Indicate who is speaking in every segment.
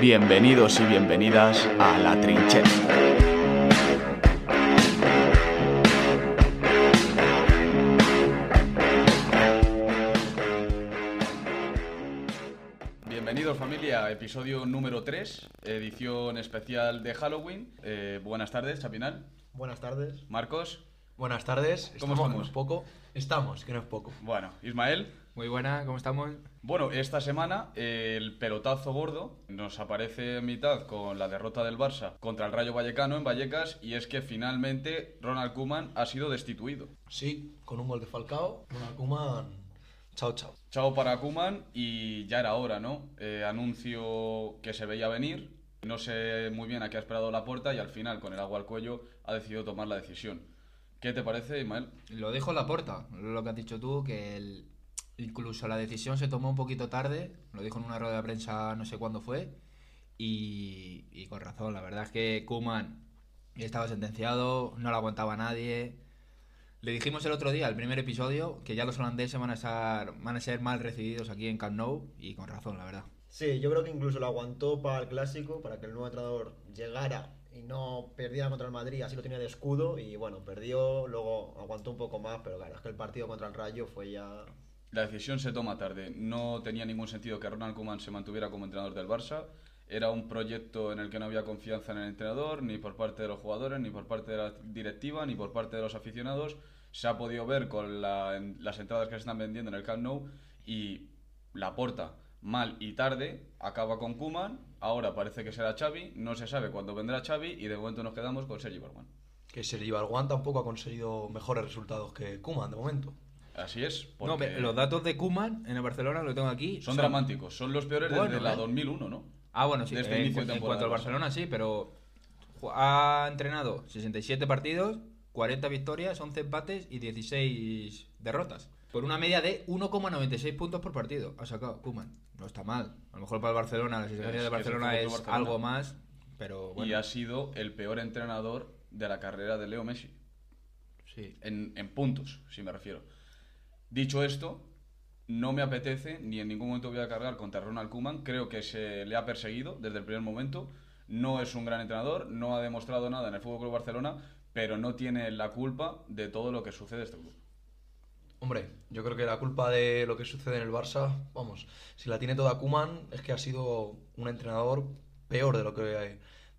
Speaker 1: Bienvenidos y bienvenidas a La Trinchera. Bienvenidos familia, episodio número 3, edición especial de Halloween. Eh, buenas tardes, Chapinal.
Speaker 2: Buenas tardes.
Speaker 1: Marcos.
Speaker 3: Buenas tardes.
Speaker 1: ¿Cómo
Speaker 3: estamos?
Speaker 1: estamos?
Speaker 3: que no es poco. Estamos, que no es poco.
Speaker 1: Bueno, Ismael.
Speaker 4: Muy buena, ¿cómo estamos?
Speaker 1: Bueno, esta semana eh, el pelotazo gordo nos aparece en mitad con la derrota del Barça contra el Rayo Vallecano en Vallecas y es que finalmente Ronald Koeman ha sido destituido.
Speaker 3: Sí, con un gol de Falcao, una Kuman. Chao, chao.
Speaker 1: Chao para Koeman y ya era hora, ¿no? Eh, anuncio que se veía venir. No sé muy bien a qué ha esperado la puerta y al final, con el agua al cuello, ha decidido tomar la decisión. ¿Qué te parece, Ismael?
Speaker 4: Lo dijo la porta, lo que has dicho tú, que el- incluso la decisión se tomó un poquito tarde, lo dijo en una rueda de prensa no sé cuándo fue, y, y con razón, la verdad es que Kuman estaba sentenciado, no lo aguantaba nadie. Le dijimos el otro día, el primer episodio, que ya los holandeses van a, estar, van a ser mal recibidos aquí en Camp Nou, y con razón, la verdad.
Speaker 2: Sí, yo creo que incluso lo aguantó para el clásico, para que el nuevo entrenador llegara y no perdiera contra el Madrid, así lo tenía de escudo y bueno, perdió, luego aguantó un poco más, pero claro, es que el partido contra el Rayo fue ya...
Speaker 1: La decisión se toma tarde. No tenía ningún sentido que Ronald Koeman se mantuviera como entrenador del Barça. Era un proyecto en el que no había confianza en el entrenador, ni por parte de los jugadores, ni por parte de la directiva, ni por parte de los aficionados. Se ha podido ver con la- en- las entradas que se están vendiendo en el Camp Nou y la porta mal y tarde acaba con Koeman. Ahora parece que será Xavi, no se sabe cuándo vendrá Xavi y de momento nos quedamos con Sergi Barman.
Speaker 3: Que Sergio Alguán tampoco ha conseguido mejores resultados que Kuman de momento.
Speaker 1: Así es.
Speaker 4: No,
Speaker 1: porque
Speaker 4: los datos de Kuman en el Barcelona lo tengo aquí.
Speaker 1: son dramáticos, son los peores
Speaker 4: Bueno,
Speaker 1: desde la
Speaker 4: eh.
Speaker 1: 2001, ¿no?
Speaker 4: Ah, bueno, sí.
Speaker 1: Desde
Speaker 4: en,
Speaker 1: inicio
Speaker 4: cu-
Speaker 1: de
Speaker 4: en
Speaker 1: temporada,
Speaker 4: cuanto al
Speaker 1: ¿no?
Speaker 4: Barcelona, sí, pero ju- ha entrenado 67 partidos, 40 victorias, 11 empates y 16 derrotas. Por una media de 1,96 puntos por partido. Ha sacado Kuman. No está mal. A lo mejor para el Barcelona, la exigencia
Speaker 1: Es que
Speaker 4: de
Speaker 1: es el
Speaker 4: Barcelona
Speaker 1: Fútbol
Speaker 4: es
Speaker 1: Club Barcelona.
Speaker 4: algo más, pero bueno.
Speaker 1: y ha sido el peor entrenador de la carrera de Leo Messi.
Speaker 4: Sí.
Speaker 1: En, en puntos, si me refiero. Dicho esto, no me apetece ni en ningún momento voy a cargar contra Ronald Koeman. Creo que se le ha perseguido desde el primer momento. No es un gran entrenador, no ha demostrado nada en el Fútbol Club Barcelona, pero no tiene la culpa de todo lo que sucede a este club.
Speaker 3: Hombre, yo creo que la culpa de lo que sucede en el Barça, vamos, si la tiene toda Kuman, es que ha sido un entrenador peor de lo que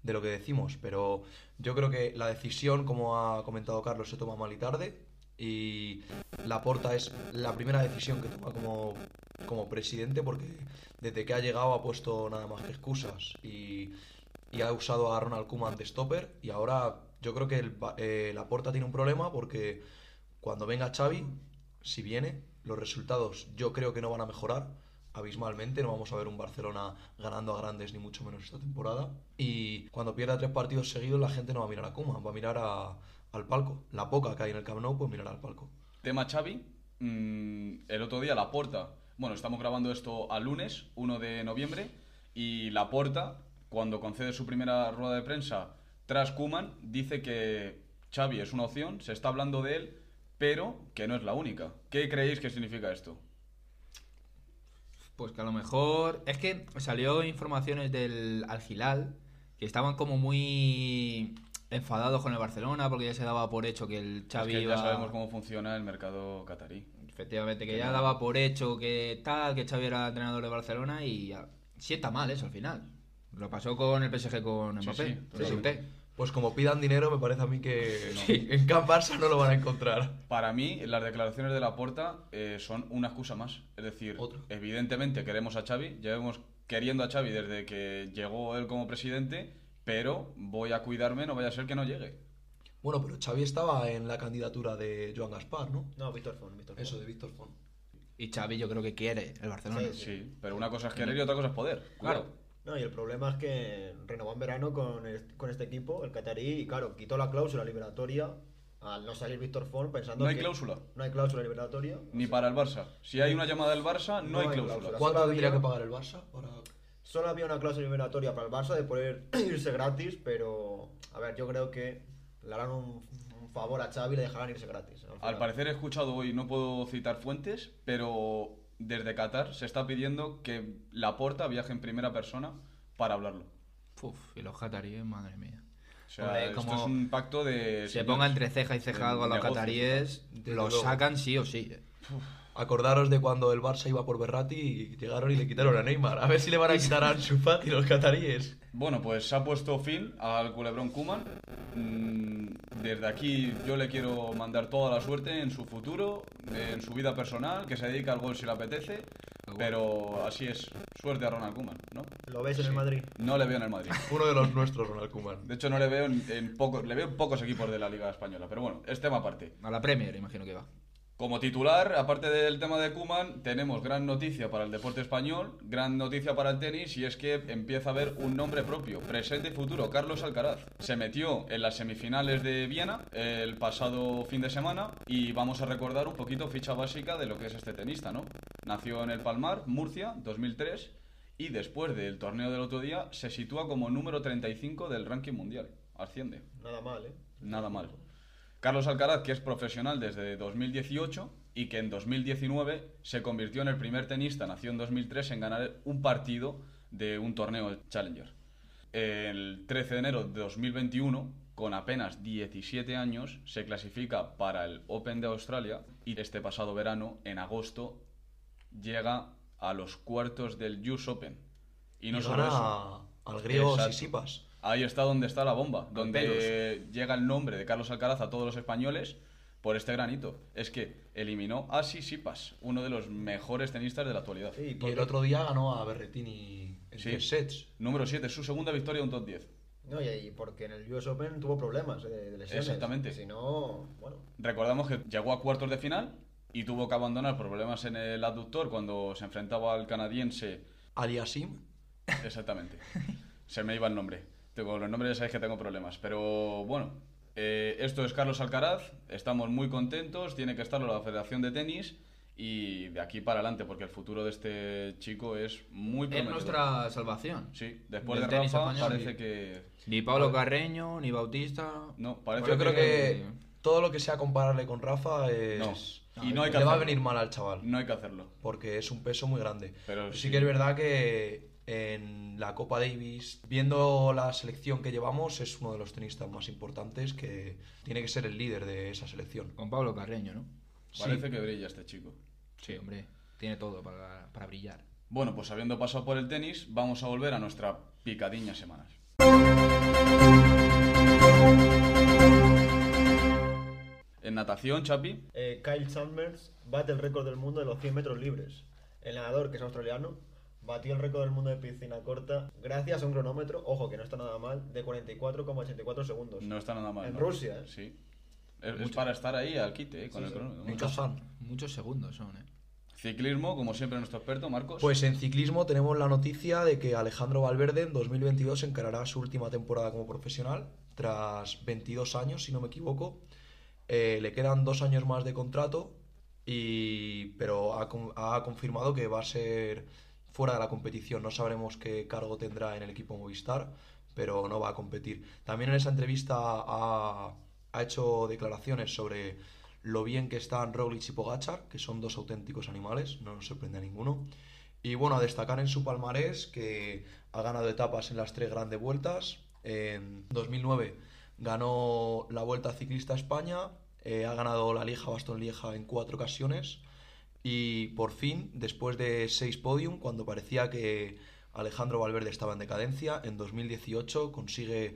Speaker 3: de lo que decimos, pero yo creo que la decisión, como ha comentado Carlos, se toma mal y tarde y la porta es la primera decisión que toma como como presidente porque desde que ha llegado ha puesto nada más que excusas y y ha usado a Ronald Koeman de stopper y ahora yo creo que el, Ba- eh, Laporta tiene un problema porque cuando venga Xavi, si viene, los resultados yo creo que no van a mejorar abismalmente, no vamos a ver un Barcelona ganando a grandes ni mucho menos esta temporada y cuando pierda tres partidos seguidos la gente no va a mirar a Koeman, va a mirar a- al palco, la poca que hay en el Camp Nou pues mirar al palco.
Speaker 1: Tema Xavi, mm, el otro día Laporta, bueno, estamos grabando esto a lunes, 1 de noviembre, y Laporta, cuando concede su primera rueda de prensa tras Kuman, dice que Xavi es una opción, se está hablando de él, pero que no es la única. ¿Qué creéis que significa esto?
Speaker 4: Pues que a lo mejor. Es que salió informaciones del Al Hilal que estaban como muy enfadados con el Barcelona porque ya se daba por hecho que el Xavi
Speaker 1: Es que
Speaker 4: iba-
Speaker 1: ya sabemos cómo funciona el mercado catarí.
Speaker 4: Efectivamente, que ya daba por hecho que tal, que Xavi era entrenador de Barcelona y ya. Sí está mal eso al final. Lo pasó con el PSG con
Speaker 1: Sí,
Speaker 4: Mbappé.
Speaker 1: sí,
Speaker 4: lo
Speaker 1: sí, sí.
Speaker 4: conté.
Speaker 3: Pues como pidan dinero me parece a mí que
Speaker 4: Sí.
Speaker 3: en Camp Barça no lo van a encontrar.
Speaker 1: Para mí, las declaraciones de Laporta eh, son una excusa más. Es decir,
Speaker 3: Otra.
Speaker 1: evidentemente queremos a Xavi, llevamos queriendo a Xavi desde que llegó él como presidente, pero voy a cuidarme, no vaya a ser que no llegue.
Speaker 3: Bueno, pero Xavi estaba en la candidatura de Joan Gaspar, ¿no?
Speaker 2: No, Víctor Fon, Víctor Fon.
Speaker 3: Eso de Víctor Font.
Speaker 4: Y Xavi yo creo que quiere el Barcelona.
Speaker 2: Sí.
Speaker 1: Sí, pero una cosa es querer y otra cosa es poder.
Speaker 4: Claro.
Speaker 1: Cuidado.
Speaker 2: No, y el problema es que renovó en verano con, el- con este equipo, el Qatarí, y claro, quitó la cláusula liberatoria al no salir Víctor Fon pensando
Speaker 1: No hay
Speaker 2: que-
Speaker 1: cláusula.
Speaker 2: No hay cláusula liberatoria.
Speaker 1: Ni para el Barça. Si hay una llamada del Barça, no,
Speaker 2: No
Speaker 1: hay
Speaker 2: hay
Speaker 1: cláusula.
Speaker 2: cláusula.
Speaker 3: ¿Cuánto
Speaker 2: Todavía-
Speaker 3: tendría que pagar el Barça para
Speaker 2: Solo había una cláusula liberatoria para el Barça de poder irse gratis, pero a ver, yo creo que le harán un, un favor a Xavi y le dejarán irse gratis. al
Speaker 1: Al
Speaker 2: final.
Speaker 1: parecer he escuchado hoy, no puedo citar fuentes, pero desde Qatar se está pidiendo que Laporta viaje en primera persona para hablarlo.
Speaker 4: Puf, y los cataríes, madre mía.
Speaker 1: O sea,
Speaker 4: Hombre,
Speaker 1: esto
Speaker 4: como
Speaker 1: es un pacto de...
Speaker 4: Se ponga entre ceja y ceja algo a los
Speaker 1: Negocios,
Speaker 4: cataríes,
Speaker 3: Desde
Speaker 4: los
Speaker 3: luego.
Speaker 4: sacan sí o sí. eh.
Speaker 3: Acordaros de cuando el Barça iba por Berratti y llegaron y le quitaron a Neymar. A ver si le van a quitar a Ansu Fati los cataríes.
Speaker 1: Bueno, pues se ha puesto fin al culebrón Kuman. Mm, Desde aquí yo le quiero mandar toda la suerte en su futuro, en su vida personal, que se dedica al gol si le apetece. Pero así es, suerte a Ronald Kuman, ¿no?
Speaker 2: ¿Lo ves en el Madrid?
Speaker 1: No le veo en el Madrid.
Speaker 3: Uno de los nuestros, Ronald Koeman.
Speaker 1: De hecho, no le veo en, en pocos, le veo en pocos equipos de la Liga Española. Pero bueno, es tema aparte.
Speaker 4: A la Premier, imagino que va.
Speaker 1: Como titular, aparte del tema de Kuman, tenemos gran noticia para el deporte español, gran noticia para el tenis, y es que empieza a haber un nombre propio, presente y futuro, Carlos Alcaraz. Se metió en las semifinales de Viena el pasado fin de semana y vamos a recordar un poquito ficha básica de lo que es este tenista, ¿no? Nació en el Palmar, Murcia, 2003, y después del torneo del otro día se sitúa como número 35 del ranking mundial. Asciende.
Speaker 2: Nada mal, ¿eh?
Speaker 1: Nada mal. Carlos Alcaraz, que es profesional desde 2018 y que en 2019 se convirtió en el primer tenista, nació en 2003, en ganar un partido de un torneo Challenger. El 13 de enero de 2021, con apenas 17 años, se clasifica para el Open de Australia y este pasado verano, en agosto, llega a los cuartos del US Open. Y no solo
Speaker 3: gana
Speaker 1: eso.
Speaker 3: al griego
Speaker 1: Exacto.
Speaker 3: Sisipas.
Speaker 1: Ahí está donde está la bomba, donde
Speaker 4: pelos.
Speaker 1: llega el nombre de Carlos Alcaraz a todos los españoles por este granito. Es que eliminó a Sisipas, uno de los mejores tenistas de la actualidad.
Speaker 2: Sí,
Speaker 3: Y el
Speaker 2: porque-
Speaker 3: otro día ganó a Berretini en
Speaker 1: Sí.
Speaker 3: tres sets.
Speaker 1: Número 7, su segunda victoria en un top 10.
Speaker 2: No, y, y porque en el US Open tuvo problemas eh, de, de lesiones.
Speaker 1: Exactamente.
Speaker 2: Si no, bueno,
Speaker 1: Recordamos que llegó a cuartos de final y tuvo que abandonar por problemas en el aductor cuando se enfrentaba al canadiense.
Speaker 3: Aliasim.
Speaker 1: Exactamente. Se me iba el nombre. Tengo los nombres, ya sabéis que tengo problemas. Pero bueno, eh, esto es Carlos Alcaraz. Estamos muy contentos. Tiene que estarlo la Federación de Tenis. Y de aquí para adelante, porque el futuro de este chico es muy
Speaker 4: Es
Speaker 1: prometedor.
Speaker 4: nuestra salvación.
Speaker 1: Sí, después
Speaker 4: del
Speaker 1: de
Speaker 4: tenis
Speaker 1: Rafa
Speaker 4: español.
Speaker 1: parece que...
Speaker 4: Ni Pablo Carreño, ni Bautista.
Speaker 1: No, parece
Speaker 3: Yo creo que
Speaker 4: que-
Speaker 3: todo lo que sea compararle con Rafa es...
Speaker 1: No. Y no hay que
Speaker 3: le va a
Speaker 1: hacerlo.
Speaker 3: venir mal al chaval.
Speaker 1: No hay que hacerlo.
Speaker 3: porque es un peso muy grande.
Speaker 1: Pero
Speaker 3: sí,
Speaker 1: sí.
Speaker 3: que es verdad que en la Copa Davis, viendo la selección que llevamos, es uno de los tenistas más importantes que tiene que ser el líder de esa selección.
Speaker 4: Con Pablo Carreño, ¿no?
Speaker 3: Sí.
Speaker 1: Parece que brilla este chico.
Speaker 4: Sí, hombre. Tiene todo para, para brillar.
Speaker 1: Bueno, pues habiendo pasado por el tenis, vamos a volver a nuestra picadiña semanal. En natación, Chapi,
Speaker 2: eh, Kyle Chalmers bate el récord del mundo de los 100 metros libres. El nadador, que es australiano, batió el récord del mundo de piscina corta gracias a un cronómetro, ojo que no está nada mal, de 44,84 segundos.
Speaker 1: no está nada mal.
Speaker 2: En
Speaker 1: ¿no?
Speaker 2: Rusia, ¿eh?
Speaker 1: Sí. Es, es para estar ahí al quite, eh, con el cronómetro.
Speaker 3: En Kazán.
Speaker 4: Muchos segundos son, ¿eh?
Speaker 1: Ciclismo, como siempre nuestro experto, Marcos.
Speaker 3: Pues en ciclismo tenemos la noticia de que Alejandro Valverde en 2022 encarará su última temporada como profesional, tras 22 años, si no me equivoco. Eh, le quedan dos años más de contrato, y, pero ha, con- ha confirmado que va a ser fuera de la competición. No sabremos qué cargo tendrá en el equipo Movistar, pero no va a competir. También en esa entrevista ha, ha hecho declaraciones sobre lo bien que están Roglic y Pogacar, que son dos auténticos animales, no nos sorprende a ninguno. Y bueno, a destacar en su palmarés que ha ganado etapas en las tres grandes vueltas. En 2009 ganó la Vuelta Ciclista a España, eh, ha ganado la Lieja Bastón Lieja en cuatro ocasiones y por fin, después de seis podium, cuando parecía que Alejandro Valverde estaba en decadencia, en 2018 consigue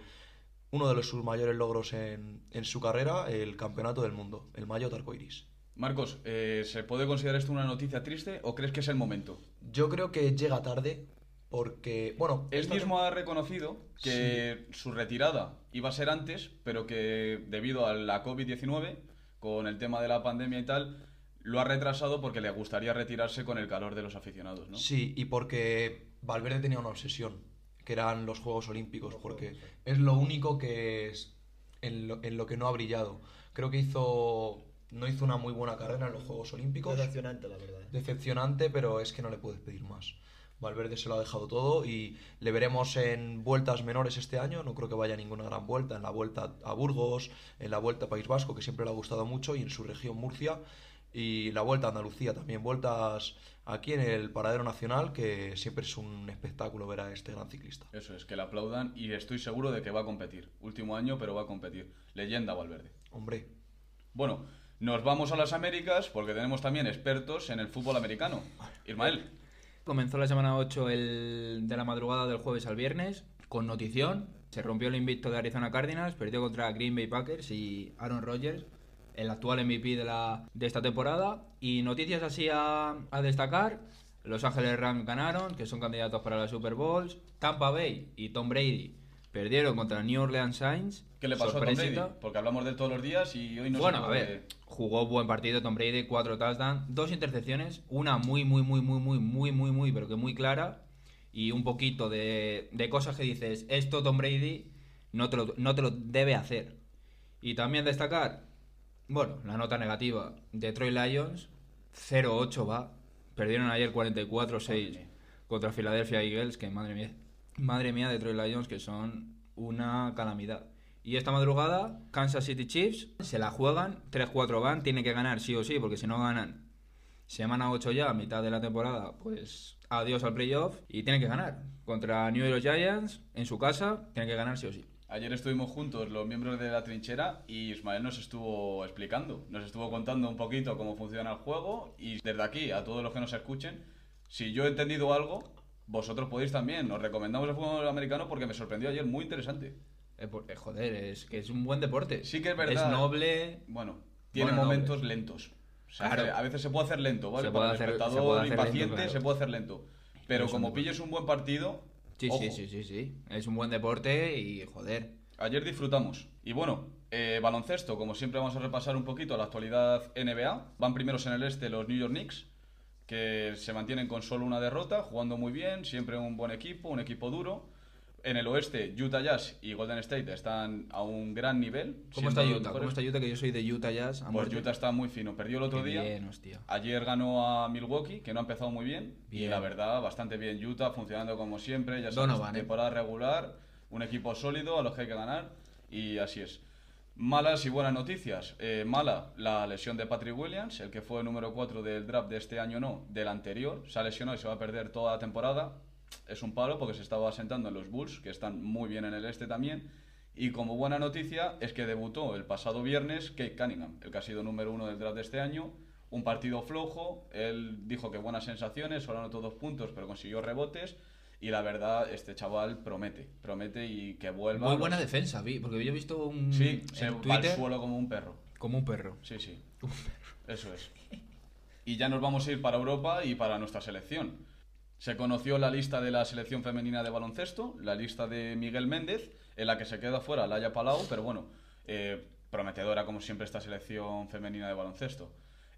Speaker 3: uno de los sus mayores logros en, en su carrera, el Campeonato del Mundo, el Mayo Tarcoiris.
Speaker 1: Marcos, eh, ¿se puede considerar esto una noticia triste o crees que es el momento?
Speaker 3: Yo creo que llega tarde porque, bueno,
Speaker 1: Él
Speaker 3: esta-
Speaker 1: mismo ha reconocido que su retirada iba a ser antes, pero que debido a la COVID-19, con el tema de la pandemia y tal, lo ha retrasado porque le gustaría retirarse con el calor de los aficionados, ¿no?
Speaker 3: Sí, y porque Valverde tenía una obsesión, que eran los Juegos Olímpicos,
Speaker 2: Los
Speaker 3: porque
Speaker 2: Juegos, sí.
Speaker 3: es lo único que es en lo, en lo que no ha brillado. Creo que hizo no hizo una muy buena carrera en los Juegos Olímpicos.
Speaker 2: Decepcionante, la verdad. ¿eh?
Speaker 3: Decepcionante, pero es que no le puedes pedir más. Valverde se lo ha dejado todo y le veremos en vueltas menores este año. No creo que vaya a ninguna gran vuelta. En la vuelta a Burgos, en la vuelta a País Vasco, que siempre le ha gustado mucho, y en su región Murcia. Y la vuelta a Andalucía también, vueltas aquí en el Paradero Nacional, que siempre es un espectáculo ver a este gran ciclista.
Speaker 1: Eso es, que le aplaudan y estoy seguro de que va a competir. Último año, pero va a competir. Leyenda Valverde.
Speaker 3: Hombre,
Speaker 1: Bueno, nos vamos a las Américas porque tenemos también expertos en el fútbol americano. Irmael,
Speaker 4: Comenzó la semana 8 el de la madrugada del jueves al viernes con notición. Se rompió el invicto de Arizona Cardinals, perdió contra Green Bay Packers y Aaron Rodgers, el actual MVP de, la, de esta temporada. Y noticias así a, a destacar. Los Ángeles Rams ganaron, que son candidatos para la Super Bowls. Tampa Bay y Tom Brady perdieron contra New Orleans Saints.
Speaker 1: ¿qué le pasó a Tom
Speaker 4: Sorpresita.
Speaker 1: Brady? Porque hablamos de él todos los días y hoy no se
Speaker 4: bueno, a
Speaker 1: puede-
Speaker 4: ver, jugó buen partido Tom Brady, cuatro touchdowns, dos intercepciones, una muy, muy, muy, muy, muy, muy, muy, muy, pero que muy clara, y un poquito de, de cosas que dices, esto Tom Brady no te, lo, no te lo debe hacer. Y también destacar, bueno, la nota negativa, Detroit Lions, 0-8 va, perdieron ayer 44-6
Speaker 1: Madre mía.
Speaker 4: contra Philadelphia Eagles, que madre mía, madre mía, Detroit Lions, que son una calamidad. Y esta madrugada, Kansas City Chiefs se la juegan, 3-4 van, tienen que ganar sí o sí, porque si no ganan semana 8 ya, mitad de la temporada, pues adiós al playoff y tienen que ganar. Contra New York Giants, en su casa, tienen que ganar sí o sí.
Speaker 1: Ayer estuvimos juntos los miembros de la trinchera y Ismael nos estuvo explicando, nos estuvo contando un poquito cómo funciona el juego y desde aquí a todos los que nos escuchen, si yo he entendido algo, vosotros podéis también. Os recomendamos el fútbol americano porque me sorprendió ayer, muy interesante.
Speaker 4: Eh, por- eh, joder, es que es un buen deporte.
Speaker 1: Sí que es verdad.
Speaker 4: Es noble.
Speaker 1: Bueno, tiene
Speaker 4: Bueno, no,
Speaker 1: momentos
Speaker 4: hombre.
Speaker 1: lentos. Se hace-
Speaker 4: Claro.
Speaker 1: a veces se puede hacer lento, ¿vale?
Speaker 4: Se
Speaker 1: Para
Speaker 4: puede
Speaker 1: el
Speaker 4: hacer- se
Speaker 1: espectador
Speaker 4: puede hacer lento,
Speaker 1: impaciente
Speaker 4: claro.
Speaker 1: se puede hacer lento. Pero
Speaker 4: Es un
Speaker 1: como
Speaker 4: buen-
Speaker 1: pilles un buen partido,
Speaker 4: Sí,
Speaker 1: ojo.
Speaker 4: sí, sí, sí, sí. Es un buen deporte y joder.
Speaker 1: Ayer disfrutamos. Y bueno, eh, baloncesto, como siempre vamos a repasar un poquito la actualidad NBA. Van primeros en el este los New York Knicks, que se mantienen con solo una derrota, jugando muy bien, siempre un buen equipo, un equipo duro. En el oeste, Utah Jazz y Golden State están a un gran nivel.
Speaker 4: ¿Cómo
Speaker 1: siendo
Speaker 4: está
Speaker 1: los
Speaker 4: Utah? ¿Cómo
Speaker 1: mejores.
Speaker 4: está Utah? Que yo soy de Utah Jazz. a
Speaker 1: Pues
Speaker 4: muerte.
Speaker 1: Utah está muy fino. Perdió el otro
Speaker 4: Qué
Speaker 1: día.
Speaker 4: bien, hostia.
Speaker 1: Ayer ganó a Milwaukee, que no ha empezado muy bien. Y
Speaker 4: Bien.
Speaker 1: la verdad, bastante bien. Utah funcionando como siempre. Ya sabes,
Speaker 4: Donovan, ¿eh?
Speaker 1: temporada regular. Un equipo sólido a los que hay que ganar. Y así es. Malas y buenas noticias. Eh, mala, la lesión de Patrick Williams, el que fue número 4 del draft de este año, no, del anterior. Se ha lesionado y se va a perder toda la temporada. Es un palo porque se estaba asentando en los Bulls, que están muy bien en el este también. Y como buena noticia es que debutó el pasado viernes Kate Cunningham, el que ha sido número uno del draft de este año. Un partido flojo, él dijo que buenas sensaciones, solo anotó dos puntos, pero consiguió rebotes. Y la verdad, este chaval promete, promete y que vuelva.
Speaker 4: Muy buena
Speaker 1: Los-
Speaker 4: defensa, vi, porque yo he visto un
Speaker 1: Sí,
Speaker 4: Mm, en
Speaker 1: se va al
Speaker 4: Twitter
Speaker 1: suelo como un perro.
Speaker 4: como un perro.
Speaker 1: Sí, sí. Eso es. Y ya nos vamos a ir para Europa y para nuestra selección. Se conoció la lista de la selección femenina de baloncesto, la lista de Miguel Méndez, en la que se queda fuera Laia Palau, pero bueno, eh, prometedora como siempre esta selección femenina de baloncesto.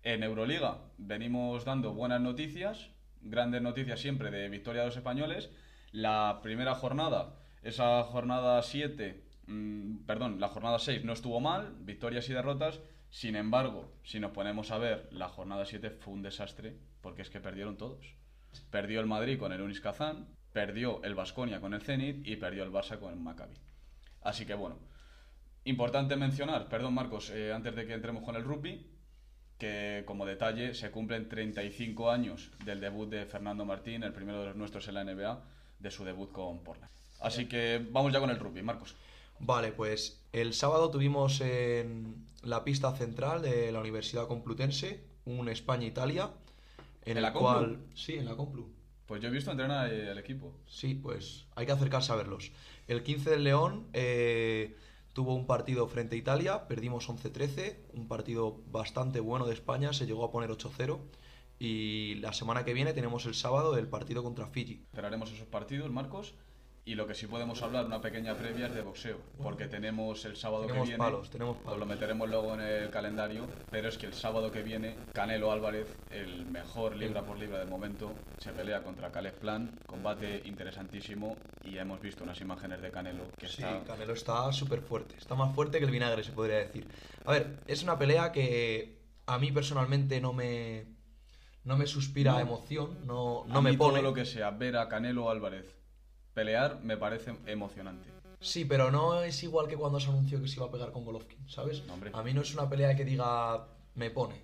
Speaker 1: En Euroliga venimos dando buenas noticias, grandes noticias siempre de victoria de los españoles. La primera jornada, esa jornada 7, mm, perdón, la jornada 6 no estuvo mal, victorias y derrotas. Sin embargo, si nos ponemos a ver, la jornada 7 fue un desastre porque es que perdieron todos. Perdió el Madrid con el Unis Kazán, perdió el Vasconia con el Zenit y perdió el Barça con el Maccabi. Así que bueno, importante mencionar, perdón Marcos, eh, antes de que entremos con el rugby, que como detalle se cumplen 35 años del debut de Fernando Martín, el primero de los nuestros en la NBA, de su debut con Portland. Así que vamos ya con el rugby, Marcos.
Speaker 3: Vale, pues el sábado tuvimos en la pista central de la Universidad Complutense un España-Italia, en
Speaker 1: ¿En la
Speaker 3: el
Speaker 1: Complu?
Speaker 3: cual... Sí, en la Complu.
Speaker 1: Pues yo he visto entrenar eh, al equipo.
Speaker 3: Sí, pues hay que acercarse a verlos. El 15 del León eh, tuvo un partido frente a Italia, perdimos 11-13, un partido bastante bueno de España, se llegó a poner 8-0 y la semana que viene tenemos el sábado el partido contra Fiji.
Speaker 1: Esperaremos esos partidos, Marcos. Y lo que sí podemos hablar, una pequeña previa, es de boxeo. Porque tenemos el sábado que
Speaker 3: Tenemos
Speaker 1: viene. pues
Speaker 3: palos, tenemos
Speaker 1: Lo
Speaker 3: palos.
Speaker 1: meteremos luego en el calendario. Pero es que el sábado que viene, Canelo Álvarez, el mejor libra por libra del momento, se pelea contra Caleb Plan. Combate interesantísimo. Y ya hemos visto unas imágenes de Canelo que
Speaker 3: Sí,
Speaker 1: está.
Speaker 3: Canelo está súper fuerte. Está más fuerte que el vinagre, se podría decir. A ver, es una pelea que a mí personalmente no me, no me suspira
Speaker 1: No.
Speaker 3: emoción, no,
Speaker 1: A
Speaker 3: no me
Speaker 1: mí todo
Speaker 3: pone.
Speaker 1: lo que sea ver a Canelo Álvarez pelear me parece emocionante.
Speaker 3: Sí, pero no es igual que cuando se anunció que se iba a pegar con Golovkin, ¿sabes?
Speaker 1: No, hombre.
Speaker 3: a mí no es una pelea que diga me pone.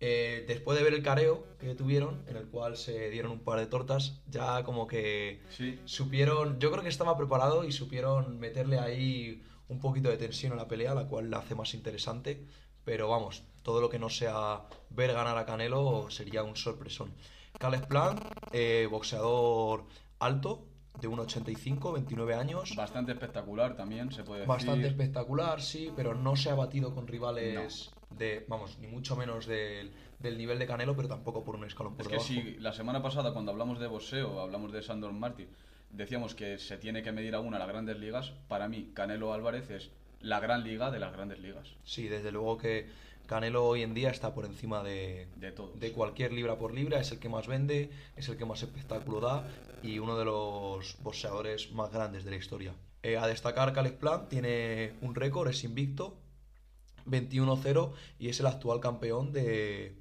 Speaker 3: Eh, después de ver el careo que tuvieron, en el cual se dieron un par de tortas, ya como que
Speaker 1: Sí.
Speaker 3: supieron, yo creo que estaba preparado y supieron meterle ahí un poquito de tensión a la pelea, la cual la hace más interesante. Pero vamos, todo lo que no sea ver ganar a Canelo sería un sorpresón. Cales Plan, boxeador alto, de 1,85, 29 años.
Speaker 1: Bastante espectacular también, se puede decir.
Speaker 3: Bastante espectacular, sí, pero no se ha batido con rivales de, vamos, ni mucho menos del, del nivel de Canelo, pero tampoco por un escalón por
Speaker 1: Es que
Speaker 3: debajo.
Speaker 1: si la semana pasada cuando hablamos de boxeo, hablamos de Sandor Martí, decíamos que se tiene que medir a una a las grandes ligas, para mí Canelo Álvarez es la gran liga de las grandes ligas.
Speaker 3: Sí, desde luego que Canelo hoy en día está por encima de,
Speaker 1: De todos.
Speaker 3: de cualquier libra por libra, es el que más vende, es el que más espectáculo da y uno de los boxeadores más grandes de la historia. Eh, a destacar, Cales Plan tiene un récord, es invicto, 21-0 y es el actual campeón de,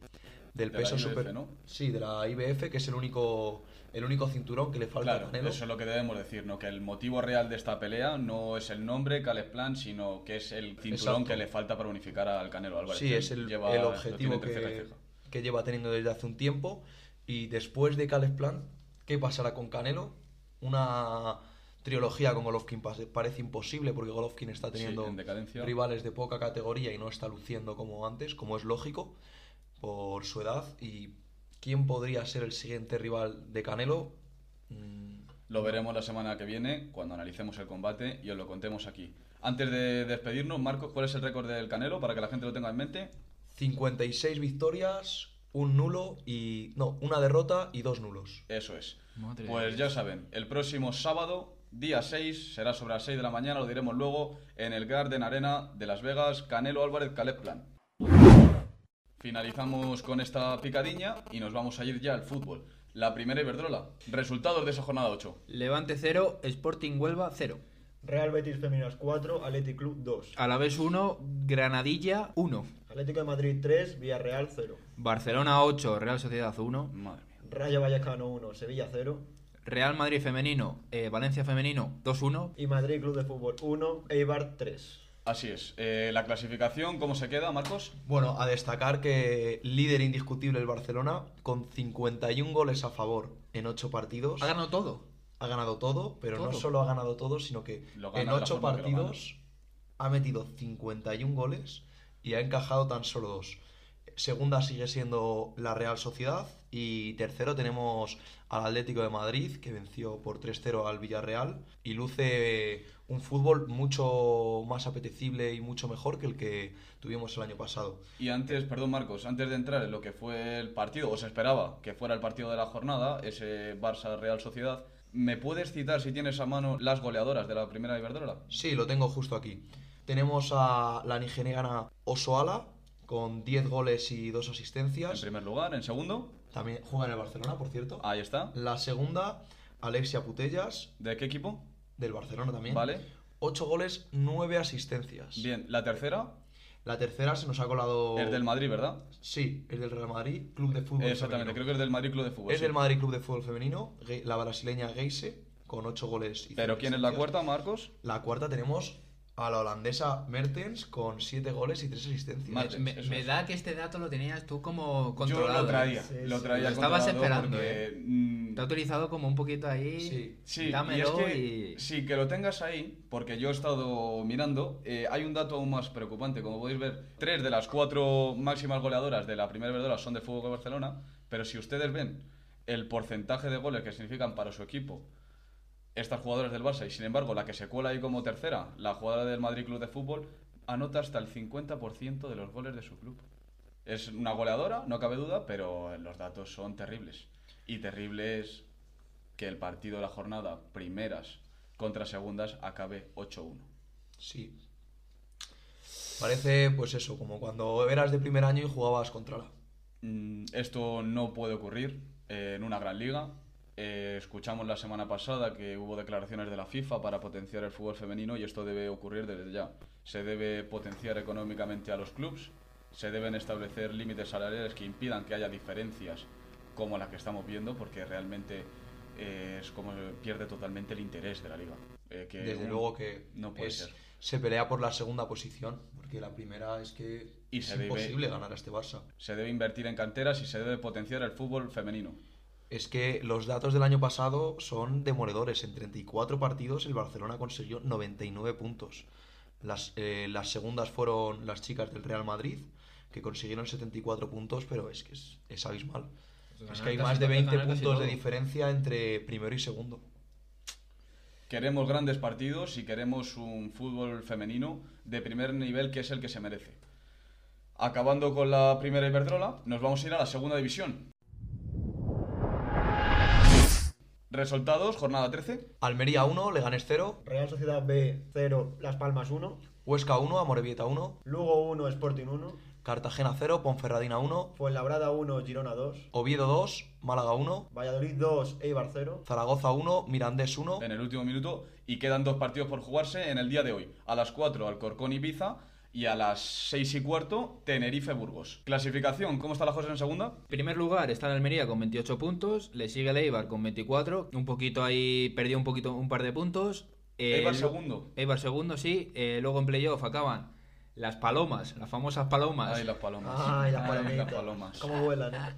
Speaker 3: del
Speaker 1: De la
Speaker 3: peso
Speaker 1: IBF,
Speaker 3: super...
Speaker 1: ¿no?
Speaker 3: Sí, de la IBF, que es el único, el único cinturón que le falta a
Speaker 1: Claro,
Speaker 3: Canelo.
Speaker 1: eso es lo que debemos decir, ¿no? Que el motivo real de esta pelea no es el nombre Cales Plan, sino que es el cinturón
Speaker 3: Exacto.
Speaker 1: que le falta para unificar al Canelo Álvarez.
Speaker 3: Sí,
Speaker 1: que
Speaker 3: es el,
Speaker 1: lleva-
Speaker 3: el
Speaker 1: lo tiene
Speaker 3: objetivo
Speaker 1: entre ceja y
Speaker 3: que,
Speaker 1: ceja.
Speaker 3: que lleva teniendo desde hace un tiempo. Y después de Cales Plan, ¿qué pasará con Canelo? Una trilogía con Golovkin pa- parece imposible porque Golovkin está
Speaker 1: Sí,
Speaker 3: teniendo
Speaker 1: en decadencia.
Speaker 3: rivales de poca categoría y no está luciendo como antes, como es lógico, por su edad. ¿Y quién podría ser el siguiente rival de Canelo? Mm,
Speaker 1: Lo veremos la semana que viene cuando analicemos el combate y os lo contemos aquí. Antes de despedirnos, Marcos, ¿cuál es el récord del Canelo para que la gente lo tenga en mente?
Speaker 3: 56 victorias, un nulo y... No, una derrota y dos nulos.
Speaker 1: Eso es.
Speaker 4: Madre
Speaker 1: Pues
Speaker 4: de
Speaker 1: ya
Speaker 4: Dios.
Speaker 1: saben, el próximo sábado, día 6, será sobre las 6 de la mañana, lo diremos luego, en el Garden Arena de Las Vegas, Canelo Álvarez, Caleb Plan. Finalizamos con esta picadiña y nos vamos a ir ya al fútbol. La primera Iberdrola. Resultados de esa jornada 8.
Speaker 4: Levante 0, Sporting Huelva 0.
Speaker 2: Real Betis Femeninas 4, Athletic Club 2.
Speaker 4: A la vez 1, Granadilla 1.
Speaker 2: Atlético de Madrid 3, Villarreal 0.
Speaker 4: Barcelona 8, Real Sociedad 1.
Speaker 1: Madre mía.
Speaker 2: Rayo Vallecano 1, Sevilla 0.
Speaker 4: Real Madrid femenino, eh, Valencia femenino 2-1.
Speaker 2: Y Madrid Club de Fútbol 1, Eibar 3.
Speaker 1: Así es. Eh, la clasificación, ¿cómo se queda, Marcos?
Speaker 3: Bueno, a destacar que líder indiscutible el Barcelona, con 51 goles a favor en 8 partidos.
Speaker 4: Ha ganado todo.
Speaker 3: Ha ganado todo, pero no
Speaker 4: Todo.
Speaker 3: solo ha ganado todo, sino que
Speaker 1: Lo gana
Speaker 3: en
Speaker 1: de la
Speaker 3: 8
Speaker 1: forma que lo
Speaker 3: partidos ha metido 51 goles y ha encajado tan solo dos. Segunda sigue siendo la Real Sociedad y tercero tenemos al Atlético de Madrid que venció por 3-0 al Villarreal y luce un fútbol mucho más apetecible y mucho mejor que el que tuvimos el año pasado.
Speaker 1: Y antes, perdón Marcos, antes de entrar en lo que fue el partido, o se esperaba que fuera el partido de la jornada, ese Barça Real Sociedad, ¿me puedes citar si tienes a mano las goleadoras de la primera Iberdrola?
Speaker 3: Sí, lo tengo justo aquí. Tenemos a la nigeriana Osoala con 10 goles y 2
Speaker 1: En
Speaker 3: asistencias.
Speaker 1: primer lugar, en segundo,
Speaker 3: También juega en el Barcelona, por cierto.
Speaker 1: ahí está.
Speaker 3: La segunda, Alexia Putellas,
Speaker 1: ¿De qué equipo?
Speaker 3: del Barcelona también.
Speaker 1: Vale.
Speaker 3: 8 goles, 9 asistencias.
Speaker 1: Bien, la tercera
Speaker 3: La tercera se nos ha colado.
Speaker 1: es del Madrid, ¿verdad?
Speaker 3: Sí, es del Real Madrid, Club de Fútbol.
Speaker 1: Exactamente,
Speaker 3: femenino.
Speaker 1: creo que es del Madrid Club de Fútbol.
Speaker 3: Es
Speaker 1: sí.
Speaker 3: del Madrid Club de Fútbol Femenino, Ge- la brasileña Geise, con 8 goles y
Speaker 1: Pero
Speaker 3: cinco
Speaker 1: ¿quién es la
Speaker 3: asistencias.
Speaker 1: cuarta, Marcos?
Speaker 3: La cuarta tenemos a la holandesa Mertens con 7 goles y 3 asistencias.
Speaker 1: Mertens,
Speaker 4: Me,
Speaker 1: eso
Speaker 4: me
Speaker 1: es.
Speaker 4: da que este dato lo tenías tú como
Speaker 1: Yo
Speaker 4: controlado. ¿eh?
Speaker 1: lo traía,
Speaker 2: Sí,
Speaker 1: lo
Speaker 2: sí.
Speaker 1: traía
Speaker 4: Lo estabas
Speaker 1: controlado
Speaker 4: esperando,
Speaker 1: porque,
Speaker 4: ¿eh?
Speaker 1: mm,
Speaker 4: Te ha utilizado como un poquito ahí.
Speaker 3: Sí.
Speaker 1: Sí,
Speaker 4: Dámelo
Speaker 1: y
Speaker 4: y.
Speaker 1: es que, sí, que lo tengas ahí, porque yo he estado mirando, eh, hay un dato aún más preocupante, como podéis ver, tres de las cuatro máximas goleadoras de la primera verdadera son del Fútbol Club Barcelona, pero si ustedes ven el porcentaje de goles que significan para su equipo estas jugadoras del Barça, y sin embargo la que se cuela ahí como tercera, la jugadora del Madrid Club de Fútbol, anota hasta el 50% de los goles de su club. Es una goleadora, no cabe duda, pero los datos son terribles. Y terribles que el partido de la jornada, primeras contra segundas, acabe 8-1.
Speaker 3: Sí. Parece, pues eso, como cuando eras de primer año y jugabas contra la.
Speaker 1: Mm, Esto no puede ocurrir eh, en una gran liga. Eh, escuchamos la semana pasada que hubo declaraciones de la FIFA para potenciar el fútbol femenino y esto debe ocurrir desde ya. Se debe potenciar económicamente a los clubes, se deben establecer límites salariales que impidan que haya diferencias como la que estamos viendo, porque realmente eh, es como pierde totalmente el interés de la liga. Eh, que
Speaker 3: Desde
Speaker 1: un-
Speaker 3: luego que pues,
Speaker 1: no puede
Speaker 3: es-
Speaker 1: ser.
Speaker 3: se pelea por la segunda posición, porque la primera es que
Speaker 1: Y
Speaker 3: es
Speaker 1: se debe-
Speaker 3: imposible ganar a este Barça.
Speaker 1: Se debe invertir en canteras y se debe potenciar el fútbol femenino.
Speaker 3: Es que los datos del año pasado son demoledores. En 34 partidos el Barcelona consiguió 99 puntos. Las, eh, las segundas fueron las chicas del Real Madrid, que consiguieron 74 puntos, pero es que es, es abismal.
Speaker 4: Pues
Speaker 3: es
Speaker 4: ganar
Speaker 3: que hay
Speaker 4: casi
Speaker 3: más de
Speaker 4: todo,
Speaker 3: 20
Speaker 4: ganar casi
Speaker 3: puntos de
Speaker 4: todo.
Speaker 3: diferencia entre primero y segundo.
Speaker 1: Queremos grandes partidos y queremos un fútbol femenino de primer nivel que es el que se merece. Acabando con la primera Iberdrola, nos vamos a ir a la segunda división. Resultados, jornada 13.
Speaker 3: Almería 1, Leganés 0,
Speaker 2: Real Sociedad B 0, Las Palmas 1,
Speaker 3: Huesca 1, Amorebieta 1,
Speaker 2: Lugo 1, Sporting 1,
Speaker 3: Cartagena 0, Ponferradina 1,
Speaker 2: Fuenlabrada 1, Girona 2,
Speaker 3: Oviedo 2, Málaga 1,
Speaker 2: Valladolid 2, Eibar 0,
Speaker 3: Zaragoza 1, Mirandés 1,
Speaker 1: en el último minuto y quedan dos partidos por jugarse en el día de hoy. A las 4 Alcorcón Ibiza y a las 6 y cuarto Tenerife Burgos. Clasificación, ¿cómo está la cosa en segunda?
Speaker 4: En primer lugar está el Almería con 28 puntos, le sigue el Eibar con 24, un poquito ahí perdió un poquito un par de puntos. Eh,
Speaker 1: Eibar
Speaker 4: lu-
Speaker 1: segundo.
Speaker 4: Eibar segundo, sí. Eh, luego en playoff acaban las palomas, las famosas palomas.
Speaker 1: Ay, las palomas.
Speaker 2: Ay, las
Speaker 1: Ay,
Speaker 2: palomitas.
Speaker 1: las palomas.
Speaker 2: Cómo vuelan, ¿eh?